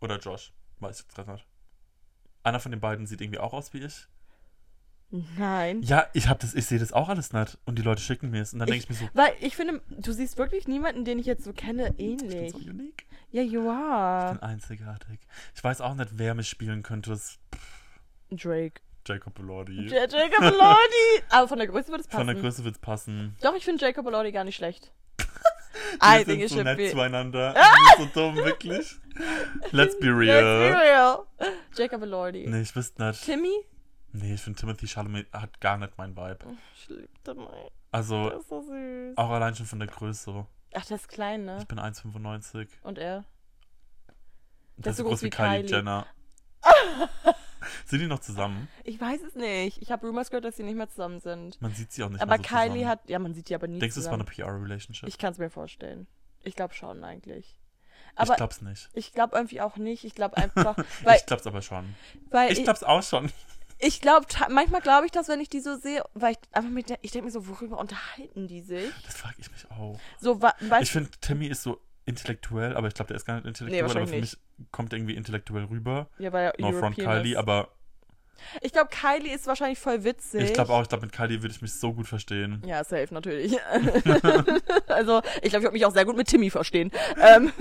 A: Oder Josh. Weiß ich jetzt gerade nicht. Einer von den beiden sieht irgendwie auch aus wie ich.
B: Nein.
A: Ja, ich hab das, ich sehe das auch alles nicht. Und die Leute schicken mir es. Und dann denke ich mir so,
B: Weil ich finde, du siehst wirklich niemanden, den ich jetzt so kenne,
A: ich bin so
B: ähnlich.
A: unique.
B: Ja, you
A: Ich
B: are.
A: bin einzigartig. Ich weiß auch nicht, wer mich spielen könnte. Das
B: Drake.
A: Jacob Elordi.
B: Ja, Jacob Elordi. Aber von der Größe würde es passen.
A: Von der Größe wird's passen.
B: Doch, ich finde Jacob Elordi gar nicht schlecht. I
A: Wir
B: think
A: sind
B: it
A: so
B: should
A: nett
B: be.
A: zueinander. Wir sind so dumm, wirklich. Let's be
B: Let's
A: real.
B: be real. Jacob Elordi.
A: Nee, ich wüsste nicht.
B: Timmy? Oh,
A: Nee, ich finde Timothy Chalamet hat gar nicht mein Vibe.
B: Ich liebe Timmy.
A: Also,
B: Das ist so süß.
A: auch allein schon von der Größe.
B: Ach, der ist klein, ne?
A: Ich bin 1,95.
B: Und er?
A: Der ist so groß wie Kylie, Jenner. sind die noch zusammen?
B: Ich weiß es nicht. Ich habe Rumors gehört, dass sie nicht mehr zusammen sind.
A: Man sieht sie auch nicht
B: aber
A: mehr so
B: Kylie
A: zusammen.
B: hat. Ja, man sieht die aber nie
A: Denkst du, es war eine
B: zusammen.
A: PR-Relationship? Ich,
B: Ich kann es mir vorstellen. Ich glaube schon eigentlich.
A: ich
B: Aber
A: glaub's nicht.
B: ich glaube irgendwie auch nicht. Ich glaube einfach. weil, Äh,
A: ich glaub's aber schon.
B: weil
A: Ich glaub's auch schon.
B: Ich glaube, manchmal glaube ich das, wenn ich die so sehe, weil ich einfach mit der, ich denke mir so, worüber unterhalten die sich?
A: Das frage ich mich auch.
B: So, wa, weißt
A: Ich finde, Timmy ist so intellektuell, aber ich glaube, der ist gar nicht intellektuell. aber für
B: wahrscheinlich
A: mich kommt er irgendwie intellektuell rüber.
B: du, ja, weil er
A: No front
B: European
A: Kylie,
B: ist.
A: aber
B: ich glaube, Kylie ist wahrscheinlich voll witzig.
A: ich glaube auch, ich glaube, mit Kylie würde ich mich so gut verstehen.
B: Ja, safe, natürlich. also, ich glaube, ich würde mich auch sehr gut mit Timmy verstehen. Ähm,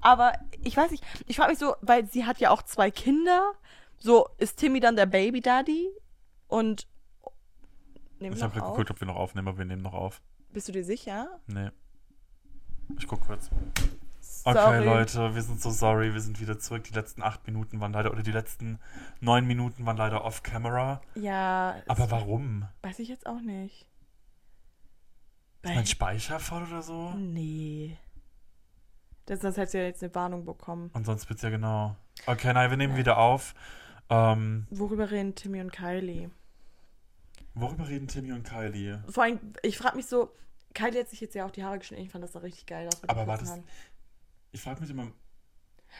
B: aber ich weiß nicht, ich frage mich so, weil sie hat ja auch zwei Kinder. So, ist Timmy dann der Baby Daddy? Und. Nehmen
A: Ich
B: wir
A: habe
B: noch
A: gerade
B: auf?
A: geguckt, ob wir noch aufnehmen, aber wir nehmen noch auf.
B: Bist du dir sicher?
A: Nee. Ich guck kurz. Okay,
B: Sorry.
A: Leute, wir sind so sorry. Wir sind wieder zurück. Die letzten acht Minuten waren leider, oder die letzten neun Minuten waren leider off-camera.
B: Ja.
A: Aber warum?
B: Weiß ich jetzt auch nicht.
A: Ist mein Speicher voll oder so?
B: Hm. nee. Das, sonst hättest du ja jetzt eine Warnung bekommen.
A: Und sonst wird's ja genau. Okay, nein, wir nehmen wieder auf. Ähm,
B: Worüber reden Timmy und Kylie?
A: worüber reden Timmy und Kylie?
B: Vor allem, ich frage mich so, Kylie hat sich jetzt ja auch die Haare geschnitten. Ich fand das da richtig geil aus. mit den
A: Aber war
B: kurzen
A: das-
B: Haaren.
A: Ich frage mich immer,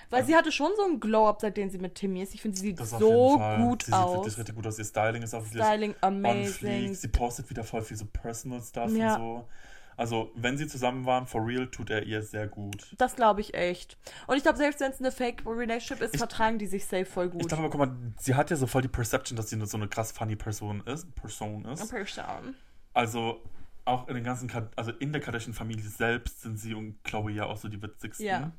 B: Weil sie hatte schon so einen Glow-Up, seitdem sie mit Timmy ist. Ich finde, sie sieht
A: das auf
B: so
A: jeden Fall.
B: gut
A: sie sieht
B: aus.
A: wirklich richtig gut aus. Ihr Styling ist auch wirklich
B: Styling
A: on fleek.
B: amazing.
A: Sie postet wieder voll viel so Personal Stuff
B: Ja.
A: und so. Also, wenn sie zusammen waren, for real, tut er ihr sehr gut.
B: Das glaube ich echt. Und ich glaube, selbst wenn es eine Fake-Relationship ist,
A: Ich-
B: vertragen die sich safe voll
A: Ich
B: gut.
A: glaube aber, guck mal, sie hat ja so voll die Perception, dass sie eine, so eine krass funny Person ist. Person ist.
B: Person.
A: Also, auch in den ganzen, Ka- also in der Kardashian-Familie selbst sind sie und Chloe ja auch so die witzigsten.
B: Ja.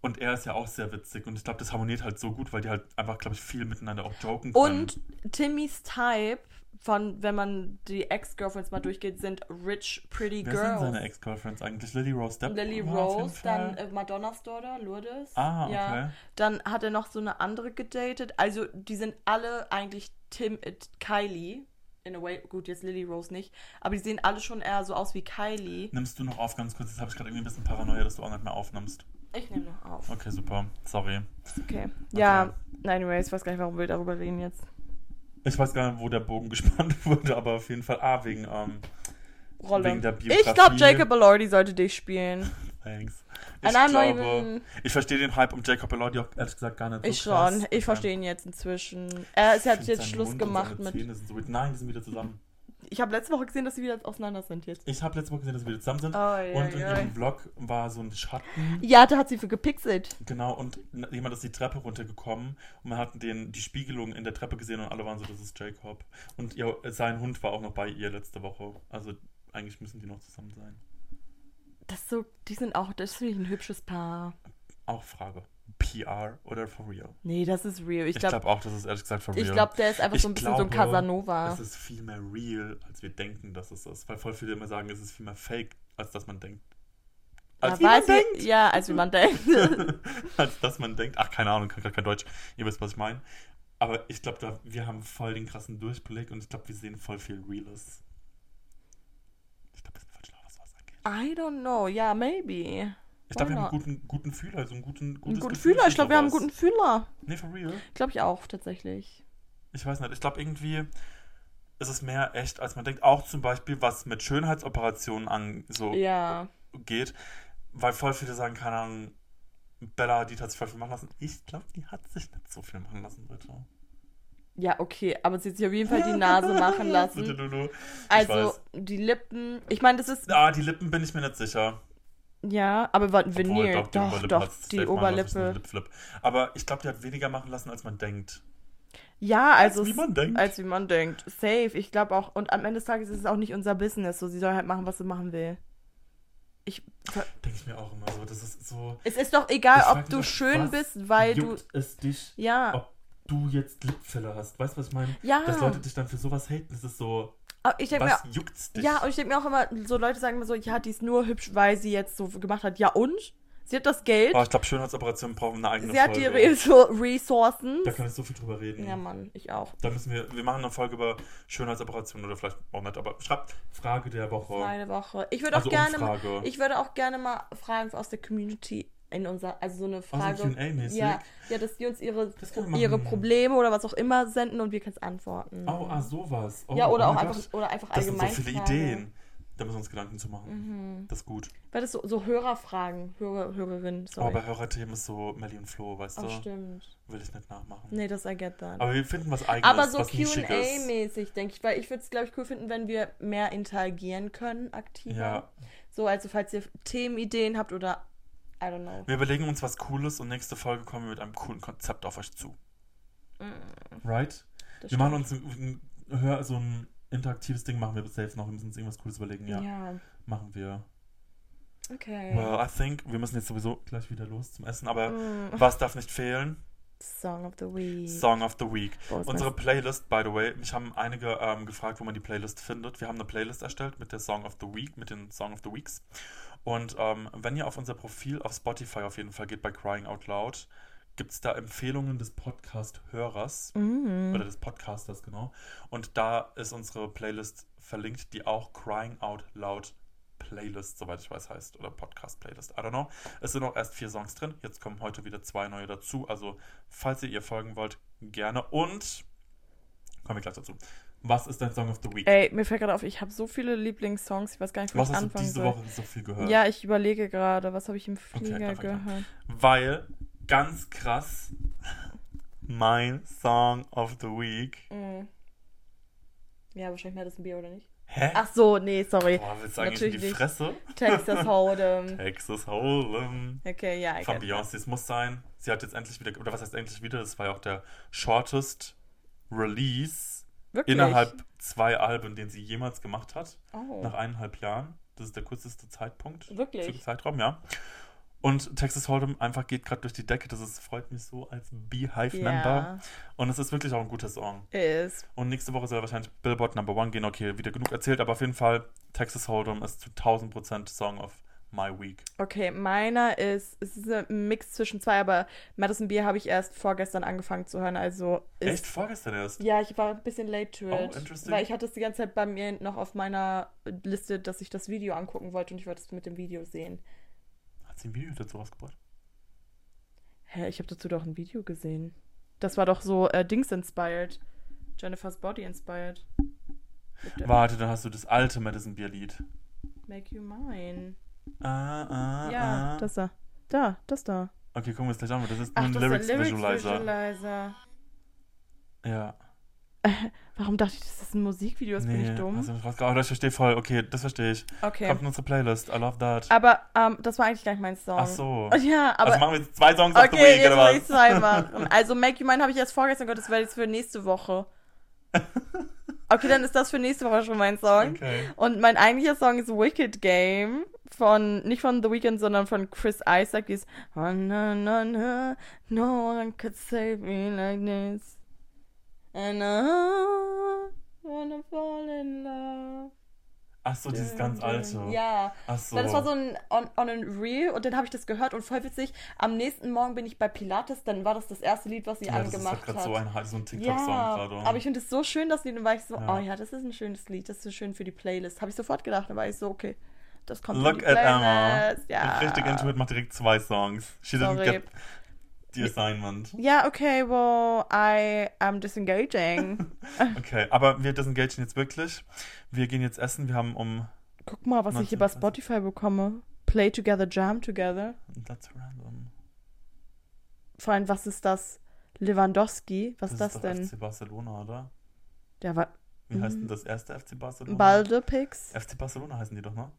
A: Und er ist ja auch sehr witzig. Und ich glaube, das harmoniert halt so gut, weil die halt einfach, glaube ich, viel miteinander auch joken können.
B: Und Timmys Type von, wenn man die Ex-Girlfriends mal durchgeht, sind Rich Pretty
A: Wer
B: Girls.
A: sind seine Ex-Girlfriends eigentlich? Lily Rose Depp?
B: Lily
A: war auf jeden
B: Rose,
A: Fall.
B: dann äh, Madonnas Daughter, Lourdes.
A: Ah, okay.
B: Dann hat er noch so eine andere gedatet. Also die sind alle eigentlich Tim, äh, Kylie. In a way, gut, jetzt Lily Rose nicht. Aber die sehen alle schon eher so aus wie Kylie.
A: Nimmst du noch auf ganz kurz? Jetzt habe ich gerade irgendwie ein bisschen Paranoia, dass du auch nicht mehr aufnimmst.
B: Ich nehme noch auf.
A: Okay, super. Sorry.
B: Okay. Ja, anyways, ich weiß gar nicht, warum wir darüber reden jetzt.
A: Ich weiß gar nicht, wo der Bogen gespannt wurde, aber auf jeden Fall. Ah, wegen, ähm,
B: Rolle.
A: wegen der Biografie.
B: Ich glaube, Jacob Elordi sollte dich spielen.
A: Thanks. Ich
B: And I'm not
A: glaube,
B: even-
A: ich verstehe den Hype um Jacob Elordi auch ehrlich gesagt gar nicht so
B: ich
A: krass.
B: schon. Ich verstehe ihn jetzt inzwischen. Er ist,
A: Ich
B: hat
A: find
B: jetzt
A: seinen
B: Schluss
A: Mund und
B: gemacht
A: seine
B: mit.
A: Zähne sind so weird. Nein, die sind wieder zusammen.
B: Ich habe letzte Woche gesehen, dass sie wieder auseinander sind jetzt.
A: Ich habe letztes Mal gesehen, dass sie wieder zusammen sind.
B: Oh, ja,
A: und in
B: ja.
A: ihrem Vlog war so ein Schatten.
B: Ja, da hat sie für gepixelt.
A: Genau, und n- jemand ist die Treppe runtergekommen und man hat den, die Spiegelung in der Treppe gesehen und alle waren so, das ist Jacob. Und ihr, sein Hund war auch noch bei ihr letzte Woche. Also eigentlich müssen die noch zusammen sein.
B: Das ist so, die sind auch, das finde ich ein hübsches Paar.
A: Auch Frage. PR oder for real?
B: Nee, das ist real. Ich
A: Ich glaube
B: glaube,
A: auch, das ist ehrlich gesagt for real.
B: ich glaube, der ist einfach
A: Ich
B: so ein bisschen so ein
A: glaube,
B: Casanova.
A: Es ist viel mehr real, als wir denken, dass es ist. Weil voll viele immer sagen, es ist viel mehr fake, als dass man denkt. Als wie
B: ja,
A: man
B: weiß
A: denkt.
B: ich, ja, als wie man denkt.
A: als dass man denkt, ach, keine Ahnung, kann gerade kein Deutsch. Ihr wisst, was ich meine. Aber ich glaube, wir haben voll den krassen Durchblick und ich glaube, wir sehen voll viel Reales. Ich glaube, wir sind voll schlau, was sowas angeht.
B: I don't know. Ja, maybe.
A: Ich glaube, wir haben
B: Why
A: einen guten, guten Fühler, also einen guten,
B: Einen
A: gutes
B: guten
A: Gefühl
B: Fühler.
A: für
B: Ich glaube, wir haben einen
A: sowas.
B: guten Fühler.
A: Nee, for real.
B: Glaube ich auch, tatsächlich.
A: Ich weiß nicht. Ich glaube, irgendwie ist es mehr echt, als man denkt. Auch zum Beispiel, was mit Schönheitsoperationen an, so
B: Ja.
A: geht, weil voll viele sagen, keine Ahnung, Bella, die hat sich voll viel machen lassen. Ich glaube, die hat sich nicht so viel machen lassen, Leute.
B: Ja, okay. Aber sie hat sich auf jeden Fall die Nase machen
A: Bitte,
B: lassen.
A: Lulu.
B: Also,
A: weiß.
B: die Lippen. Ich meine, das ist.
A: Ah, die Lippen bin ich mir nicht sicher.
B: Ja, aber war ein
A: Obwohl,
B: Veneer.
A: die
B: Doch,
A: Oberlippe
B: doch,
A: hat's
B: die
A: safe machen lassen,
B: Oberlippe.
A: das ist ein Lipflip. Aber ich glaube, die hat weniger machen lassen, als man denkt.
B: Ja, also.
A: Wie
B: es-
A: man denkt.
B: Als wie man denkt. Safe. Ich glaube auch. Und am Ende des Tages ist es auch nicht unser Business. So, sie soll halt machen, was sie machen will. Ich.
A: Denke ich mir auch immer so. Das ist so.
B: Es ist doch egal,
A: Ich frag
B: ob
A: mich
B: du
A: auch,
B: schön
A: was
B: bist, weil du.
A: juckt es dich,
B: Ja.
A: ob du jetzt Lipfiller hast. Weißt du, was ich meine?
B: Ja.
A: Dass Leute dich dann für sowas haten, das ist so.
B: Aber ich denke mir,
A: Was juckt's dich?
B: ja, und ich denke mir auch immer, so Leute sagen mir so, ja, die ist nur hübsch, weil sie jetzt so gemacht hat. Ja, und? Sie hat das Geld,
A: oh, ich glaube, Schönheitsoperationen brauchen eine eigene
B: sie hat die
A: Folge.
B: Resou- Ressourcen.
A: Da kann ich so viel drüber reden.
B: Ja, Mann, ich auch.
A: Da müssen wir, wir machen eine Folge über Schönheitsoperationen oder vielleicht auch nicht, aber schreibt Frage der Woche.
B: Eine Woche. Ich würde
A: Also
B: auch gerne mal,
A: Umfrage.
B: ich würde auch gerne mal Fragen aus der Community in unser, also so eine Frage.
A: Oh, Q&A-mäßig?
B: ja, ja, dass die uns ihre,
A: Das können wir
B: ihre
A: machen.
B: Probleme oder was auch immer senden und wir können es antworten.
A: Oh, ah, sowas. Oh,
B: ja, oder
A: oh
B: auch
A: mein
B: einfach,
A: Gott.
B: oder einfach
A: Das sind so
B: allgemein.
A: viele
B: Fragen.
A: Ideen. Da müssen wir uns Gedanken zu machen.
B: Mhm.
A: Das ist gut.
B: Weil das so, so Hörerfragen, Hörer, Hörerinnen, sorry.
A: Aber bei Hörerthemen ist so Melly und Flo, weißt
B: Ach,
A: du?
B: stimmt.
A: Will ich nicht nachmachen.
B: Nee, das I get that.
A: Aber wir finden was eigenes,
B: Aber so
A: was nischiges.
B: QA-mäßig, denke ich, weil ich würde es, glaube ich, cool finden, wenn wir mehr interagieren können, aktiver.
A: Ja.
B: So, also falls ihr Themenideen habt oder I don't know.
A: Wir überlegen uns was Cooles und nächste Folge kommen wir mit einem coolen Konzept auf euch zu. Right?
B: Mm, Mhm. Das
A: wir machen uns ein, ein, hör, so ein interaktives Ding, machen wir safe noch. Wir müssen uns irgendwas Cooles überlegen. Ja,
B: Ja.
A: machen wir.
B: Okay.
A: Well, I think, wir müssen jetzt sowieso gleich wieder los zum Essen, aber
B: Mm.
A: was darf nicht fehlen?
B: Song of the Week.
A: Song of the Week.
B: Boah, ist
A: Unsere
B: nice.
A: Playlist, by the way, mich haben einige ähm, gefragt, wo man die Playlist findet. Wir haben eine Playlist erstellt mit der Song of the Week, mit den Song of the Weeks. Und ähm, wenn ihr auf unser Profil auf Spotify auf jeden Fall geht bei Crying Out Loud, gibt es da Empfehlungen des Podcast-Hörers
B: Mm.
A: oder des Podcasters, genau. Und da ist unsere Playlist verlinkt, die auch Crying Out Loud Playlist, soweit ich weiß, heißt. Oder Podcast Playlist. I don't know. Es sind auch erst vier Songs drin. Jetzt kommen heute wieder zwei neue dazu. Also, falls ihr ihr folgen wollt, gerne. Und kommen wir gleich dazu. Was ist dein Song of the Week?
B: Ey, mir fällt gerade auf, ich habe so viele Lieblingssongs, ich weiß gar nicht, wo
A: Was
B: Äh, ich
A: hast du
B: anfangen
A: diese
B: soll.
A: Woche so viel gehört?
B: Ja, ich überlege gerade, was habe ich im Flieger
A: dann fang an.
B: gehört?
A: Weil, ganz krass, mein Song of the Week.
B: Mm. Ja, wahrscheinlich mehr das ein Bier oder nicht?
A: Hä?
B: Ach so, nee, sorry.
A: Boah, willst du eigentlich in
B: Ah, natürlich
A: die
B: nicht.
A: Fresse?
B: Texas Hold'em.
A: Texas Hold'em.
B: Okay, ja, I
A: Von
B: get
A: Beyoncé, es muss sein. Sie hat jetzt endlich wieder, oder was heißt endlich wieder? Das war ja auch der shortest Release
B: Wirklich?
A: innerhalb zwei Alben, den sie jemals gemacht hat.
B: Oh.
A: Nach eineinhalb Jahren. Das ist der kürzeste Zeitpunkt.
B: Wirklich?
A: Für den Zeitraum, ja. Und Texas Hold'em einfach geht gerade durch die Decke. Das ist, freut mich so als Beehive-Member. Und es ist wirklich auch ein guter Song.
B: Ist.
A: Und nächste Woche soll er wahrscheinlich Billboard Number One gehen. Okay, wieder genug erzählt, aber auf jeden Fall Texas Hold'em ist zu 1000% Song of My Week.
B: Okay, meiner ist, es ist ein Mix zwischen zwei, aber Madison Beer habe ich erst vorgestern angefangen zu hören, also
A: Echt?
B: ist.
A: Vorgestern erst?
B: Ja, ich war ein bisschen late to
A: Oh,
B: it.
A: interesting.
B: weil ich hatte es die ganze Zeit bei mir noch auf meiner Liste, dass ich das Video angucken wollte und ich wollte es mit dem Video sehen.
A: Hat sie ein Video dazu rausgebracht?
B: Hä, ich habe dazu doch ein Video gesehen. Das war doch so äh, Dings inspired. Jennifer's Body Inspired.
A: Warte, dann hast du das alte Madison Beer Lied.
B: Make You Mine.
A: Ah, ah,
B: Ja,
A: ah.
B: das da. Da, das da.
A: okay, gucken wir es gleich an, weil das ist
B: Ach,
A: nur ein
B: das
A: Lyrics,
B: ist der Lyrics
A: Visualizer.
B: Visualizer.
A: Ja.
B: Warum dachte ich, das ist ein Musikvideo? Das bin ich dumm.
A: hast du mich rausge- Oh, das verstehe ich voll. Okay, das verstehe ich.
B: okay.
A: Kommt in unsere Playlist. I love that.
B: Aber ähm, das war eigentlich gar nicht mein Song.
A: Ach so.
B: Ja, aber
A: also machen wir jetzt zwei Songs of the
B: okay,
A: Week,
B: jetzt
A: oder
B: muss ich
A: was?
B: zwei machen. Also Make You Mine habe ich erst vorgestern gehört, das wäre jetzt für nächste Woche. Okay, dann ist das für nächste Woche schon mein Song.
A: Okay.
B: Und mein eigentlicher Song ist Wicked Game von nicht von The Weeknd, sondern von Chris Isaac. Die ist oh, no, no, no, no one could save me like this. And I wanna fall in love.
A: Ach so, dieses ganz alte.
B: Ja.
A: Ach so.
B: Das war so ein on, on a Reel und dann habe ich das gehört und voll witzig. Am nächsten Morgen bin ich bei Pilates, dann war das das erste Lied, was sie
A: ja, das ist doch
B: angemacht
A: gerade
B: hat.
A: so ein, so ein TikTok-Song
B: ja,
A: gerade.
B: aber ich finde es so schön, das Lied, dann war ich so,
A: Ja.
B: oh ja, das ist ein schönes Lied, das ist so schön für die Playlist. Habe ich sofort gedacht, dann war ich so, okay, das kommt in
A: Look
B: die
A: at
B: Playlist.
A: Emma.
B: Ja.
A: Richtig into it, macht direkt zwei Songs. She didn't
B: Sorry.
A: get the assignment.
B: Ja, okay, well, I am disengaging.
A: Okay, aber wir disengagen jetzt wirklich. Wir gehen jetzt essen. Wir haben um.
B: Guck mal, was ich hier bei
A: 19, also.
B: Spotify bekomme. Play Together, Jam Together.
A: That's random.
B: Vor allem, was ist das? Lewandowski? Was ist das
A: ist doch
B: denn? Mhm.
A: FC Barcelona, oder?
B: Der war
A: Wie heißt denn das erste FC Barcelona?
B: Balde Picks?
A: FC Barcelona heißen die doch, ne?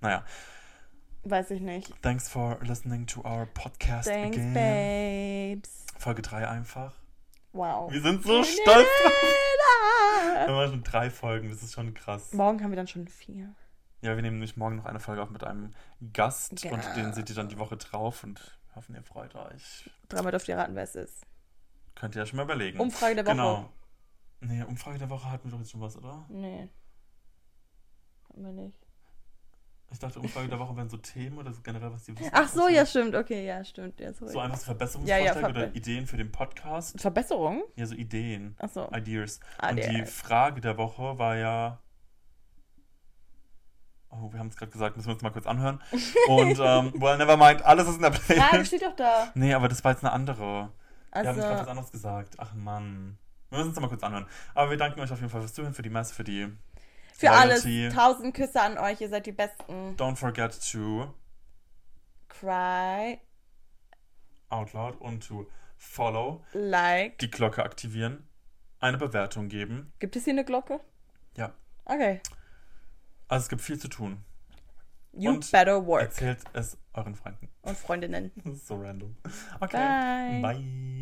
A: Naja,
B: Weiß ich nicht.
A: thanks for listening to our podcast
B: Thanks,
A: again.
B: Babes.
A: Folge 3 einfach.
B: Wow.
A: Wir sind so stolz drauf. Wir
B: drauf.
A: haben schon drei Folgen, das ist schon krass.
B: Morgen haben wir dann schon vier.
A: Ja, wir nehmen nämlich morgen noch eine Folge auf mit einem Gast
B: Ja.
A: und den seht ihr dann die Woche drauf und hoffen, ihr freut euch.
B: Dreimal dürft ihr raten, wer es ist.
A: Könnt ihr ja schon mal überlegen.
B: Umfrage der Woche.
A: Genau. Nee, Umfrage der Woche hatten wir doch jetzt schon was, oder?
B: Nee. Haben wir nicht.
A: Ich dachte, Umfrage der Woche wären so Themen oder so generell, was die wissen.
B: Ach so,
A: Also,
B: ja, stimmt. Okay, ja, stimmt. Ja, sorry.
A: So einfach so
B: Ja,
A: Verbesserungsvorschläge
B: ja,
A: oder
B: Verbe-
A: Ideen für den Podcast.
B: Verbesserung?
A: Ja, so Ideen,
B: Ach so.
A: Ideas.
B: Ah,
A: Und
B: der-
A: die Frage der Woche war ja. Oh, wir haben es gerade gesagt, müssen wir uns mal kurz anhören. Und, ähm, well, never mind, alles ist in der
B: Ah, das
A: Playlist.
B: steht doch da.
A: Nee, aber das war jetzt eine andere. Wir haben gerade was
B: Also,
A: anderes gesagt. Ach Mann. Wir müssen uns noch mal kurz anhören. Aber wir danken euch auf jeden Fall fürs Zuhören, für die Messe, für die.
B: für alles.
A: Loyalty.
B: Tausend Küsse an euch. Ihr seid die Besten.
A: Don't forget to
B: Cry,
A: out loud und to follow.
B: like.
A: Die Glocke aktivieren. Eine Bewertung geben.
B: Gibt es hier eine Glocke?
A: Ja.
B: Okay.
A: Also es gibt viel zu tun.
B: You
A: Und
B: better work.
A: Erzählt es euren Freunden.
B: Und Freundinnen.
A: Das ist so random. Okay.
B: Bye.
A: Bye.